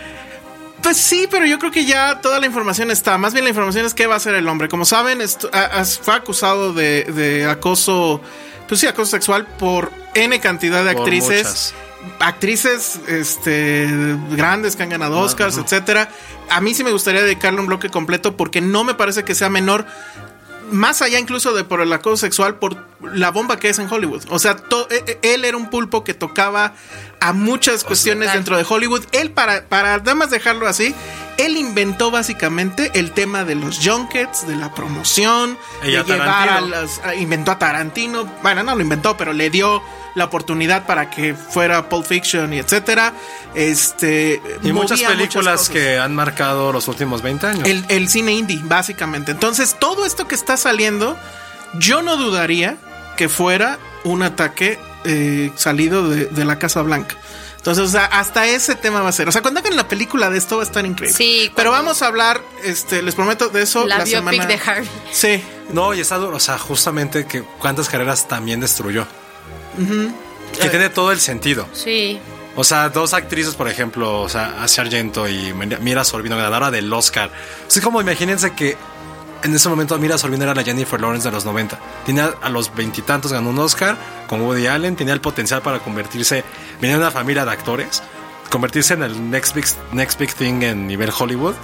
Speaker 7: Pues sí, pero yo creo que ya toda la información está. Más bien la información es qué va a hacer el hombre. Como saben, esto- a- as- fue acusado de, de acoso, pues sí, acoso sexual por N cantidad de
Speaker 8: Por
Speaker 7: actrices.
Speaker 8: muchas.
Speaker 7: Actrices este, grandes que han ganado Oscars, etcétera. A mí sí me gustaría dedicarle un bloque completo porque no me parece que sea menor más allá incluso de por el acoso sexual, por la bomba que es en Hollywood. O sea, to- e- e- él era un pulpo que tocaba a muchas cuestiones
Speaker 6: claro.
Speaker 7: dentro de Hollywood. Él, para, para nada más dejarlo así, él inventó básicamente el tema de los junkets, de la promoción,
Speaker 8: Y
Speaker 7: de
Speaker 8: a
Speaker 7: llevar a
Speaker 8: Tarantino.
Speaker 7: las- a- inventó a Tarantino. Bueno, no lo inventó, pero le dio la oportunidad para que fuera Pulp Fiction y etcétera. Este,
Speaker 8: Y muchas
Speaker 7: movía
Speaker 8: películas
Speaker 7: cosas.
Speaker 8: que han marcado los últimos 20 años.
Speaker 7: El, el cine indie, básicamente. Entonces, todo esto que está saliendo, yo no dudaría que fuera un ataque eh, salido de, de la Casa Blanca. Entonces, o sea, hasta ese tema va a ser. O sea, cuando hagan la película de esto va a estar increíble.
Speaker 6: Sí,
Speaker 7: Pero
Speaker 6: cuando-
Speaker 7: vamos a hablar, este, les prometo, de eso
Speaker 6: La
Speaker 7: la,
Speaker 6: biopic
Speaker 7: semana.
Speaker 6: de Harvey.
Speaker 7: Sí.
Speaker 5: Eh, No, y está duro. O sea, justamente que cuántas carreras también destruyó. Que tiene todo el sentido.
Speaker 6: Sí.
Speaker 5: O sea, dos actrices, por ejemplo, o sea, a Sargento y Mira Sorbino, ganadora del Oscar. Así como imagínense que en ese momento Mira Sorbino era la Jennifer Lawrence de los 90. Tenía a los veintitantos, ganó un Oscar con Woody Allen, tenía el potencial para convertirse, venía de una familia de actores, convertirse en el next big, next big thing en nivel Hollywood.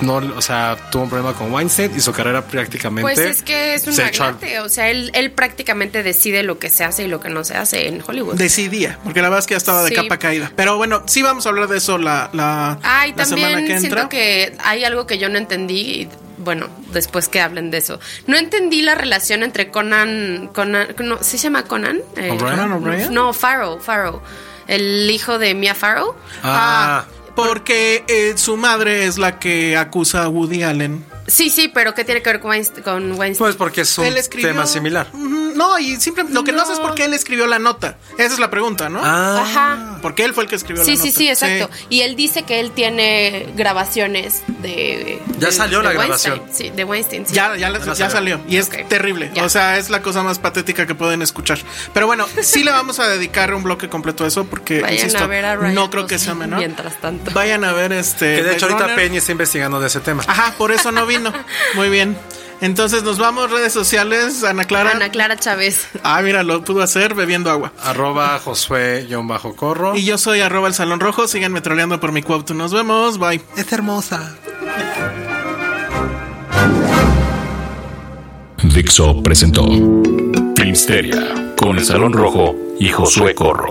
Speaker 5: No, o sea, tuvo un problema con Weinstein y su carrera prácticamente
Speaker 6: Pues es que es un
Speaker 5: se echó al-
Speaker 6: magnate. O sea, él, él prácticamente decide lo que se hace y lo que no se hace en Hollywood.
Speaker 7: Decidía, porque la verdad es que ya estaba de
Speaker 6: Sí.
Speaker 7: capa caída. Pero bueno, sí vamos a hablar de eso la, la,
Speaker 6: Ay,
Speaker 7: la semana
Speaker 6: también
Speaker 7: que entra.
Speaker 6: siento que hay algo que yo no entendí. Y, bueno, después que hablen de eso. No entendí la relación entre Conan. Conan no, ¿Sí se llama Conan? Eh,
Speaker 5: ¿O'Brien?
Speaker 7: ¿Conan O'Brien?
Speaker 6: No, Farrow. Farrow. El hijo de Mia Farrow.
Speaker 5: Ah,
Speaker 7: Porque eh, su madre es la que acusa a Woody Allen
Speaker 6: Sí, sí, pero ¿qué tiene que ver con Weinstein? Con Weinstein?
Speaker 5: pues porque es un
Speaker 7: Él escribió-
Speaker 5: tema similar.
Speaker 7: Ujú, No, y simplemente lo que no. sé es por qué él escribió la nota. Esa es la pregunta, ¿no?
Speaker 5: Ah,
Speaker 6: Ajá.
Speaker 7: Porque él fue el que escribió
Speaker 6: Sí,
Speaker 7: la nota.
Speaker 6: sí, sí, exacto. Y él dice que él tiene grabaciones de.
Speaker 5: Ya
Speaker 6: de-
Speaker 5: salió
Speaker 6: de
Speaker 5: la
Speaker 6: Weinstein.
Speaker 5: grabación.
Speaker 6: Sí, de Weinstein. sí.
Speaker 7: Ya, ya, la- ya salió. Y es
Speaker 6: Ok,
Speaker 7: terrible.
Speaker 6: ya.
Speaker 7: O sea, es la cosa más patética que pueden escuchar. Pero bueno, sí le vamos a dedicar un bloque completo a eso porque
Speaker 6: Vayan
Speaker 7: insisto,
Speaker 6: a ver a Ryan
Speaker 7: no creo que
Speaker 6: Gosling
Speaker 7: sea menor.
Speaker 6: mientras tanto.
Speaker 7: Vayan a ver este.
Speaker 5: que de hecho
Speaker 7: Blade
Speaker 5: ahorita
Speaker 7: Runner.
Speaker 5: Penny está investigando de ese tema.
Speaker 7: Ajá, por eso no
Speaker 6: (laughs)
Speaker 7: vino. Muy bien. Entonces nos vamos, redes sociales, Ana Clara.
Speaker 6: Ana Clara Chávez.
Speaker 7: Ah, mira, lo pudo hacer bebiendo agua.
Speaker 5: Arroba Josué-Corro.
Speaker 7: Y yo soy arroba el salón rojo. Síganme troleando por mi cuauto. Nos vemos. Bye.
Speaker 5: Es hermosa.
Speaker 3: Dixo presentó Filmsteria con el Salón Rojo y Josué Corro.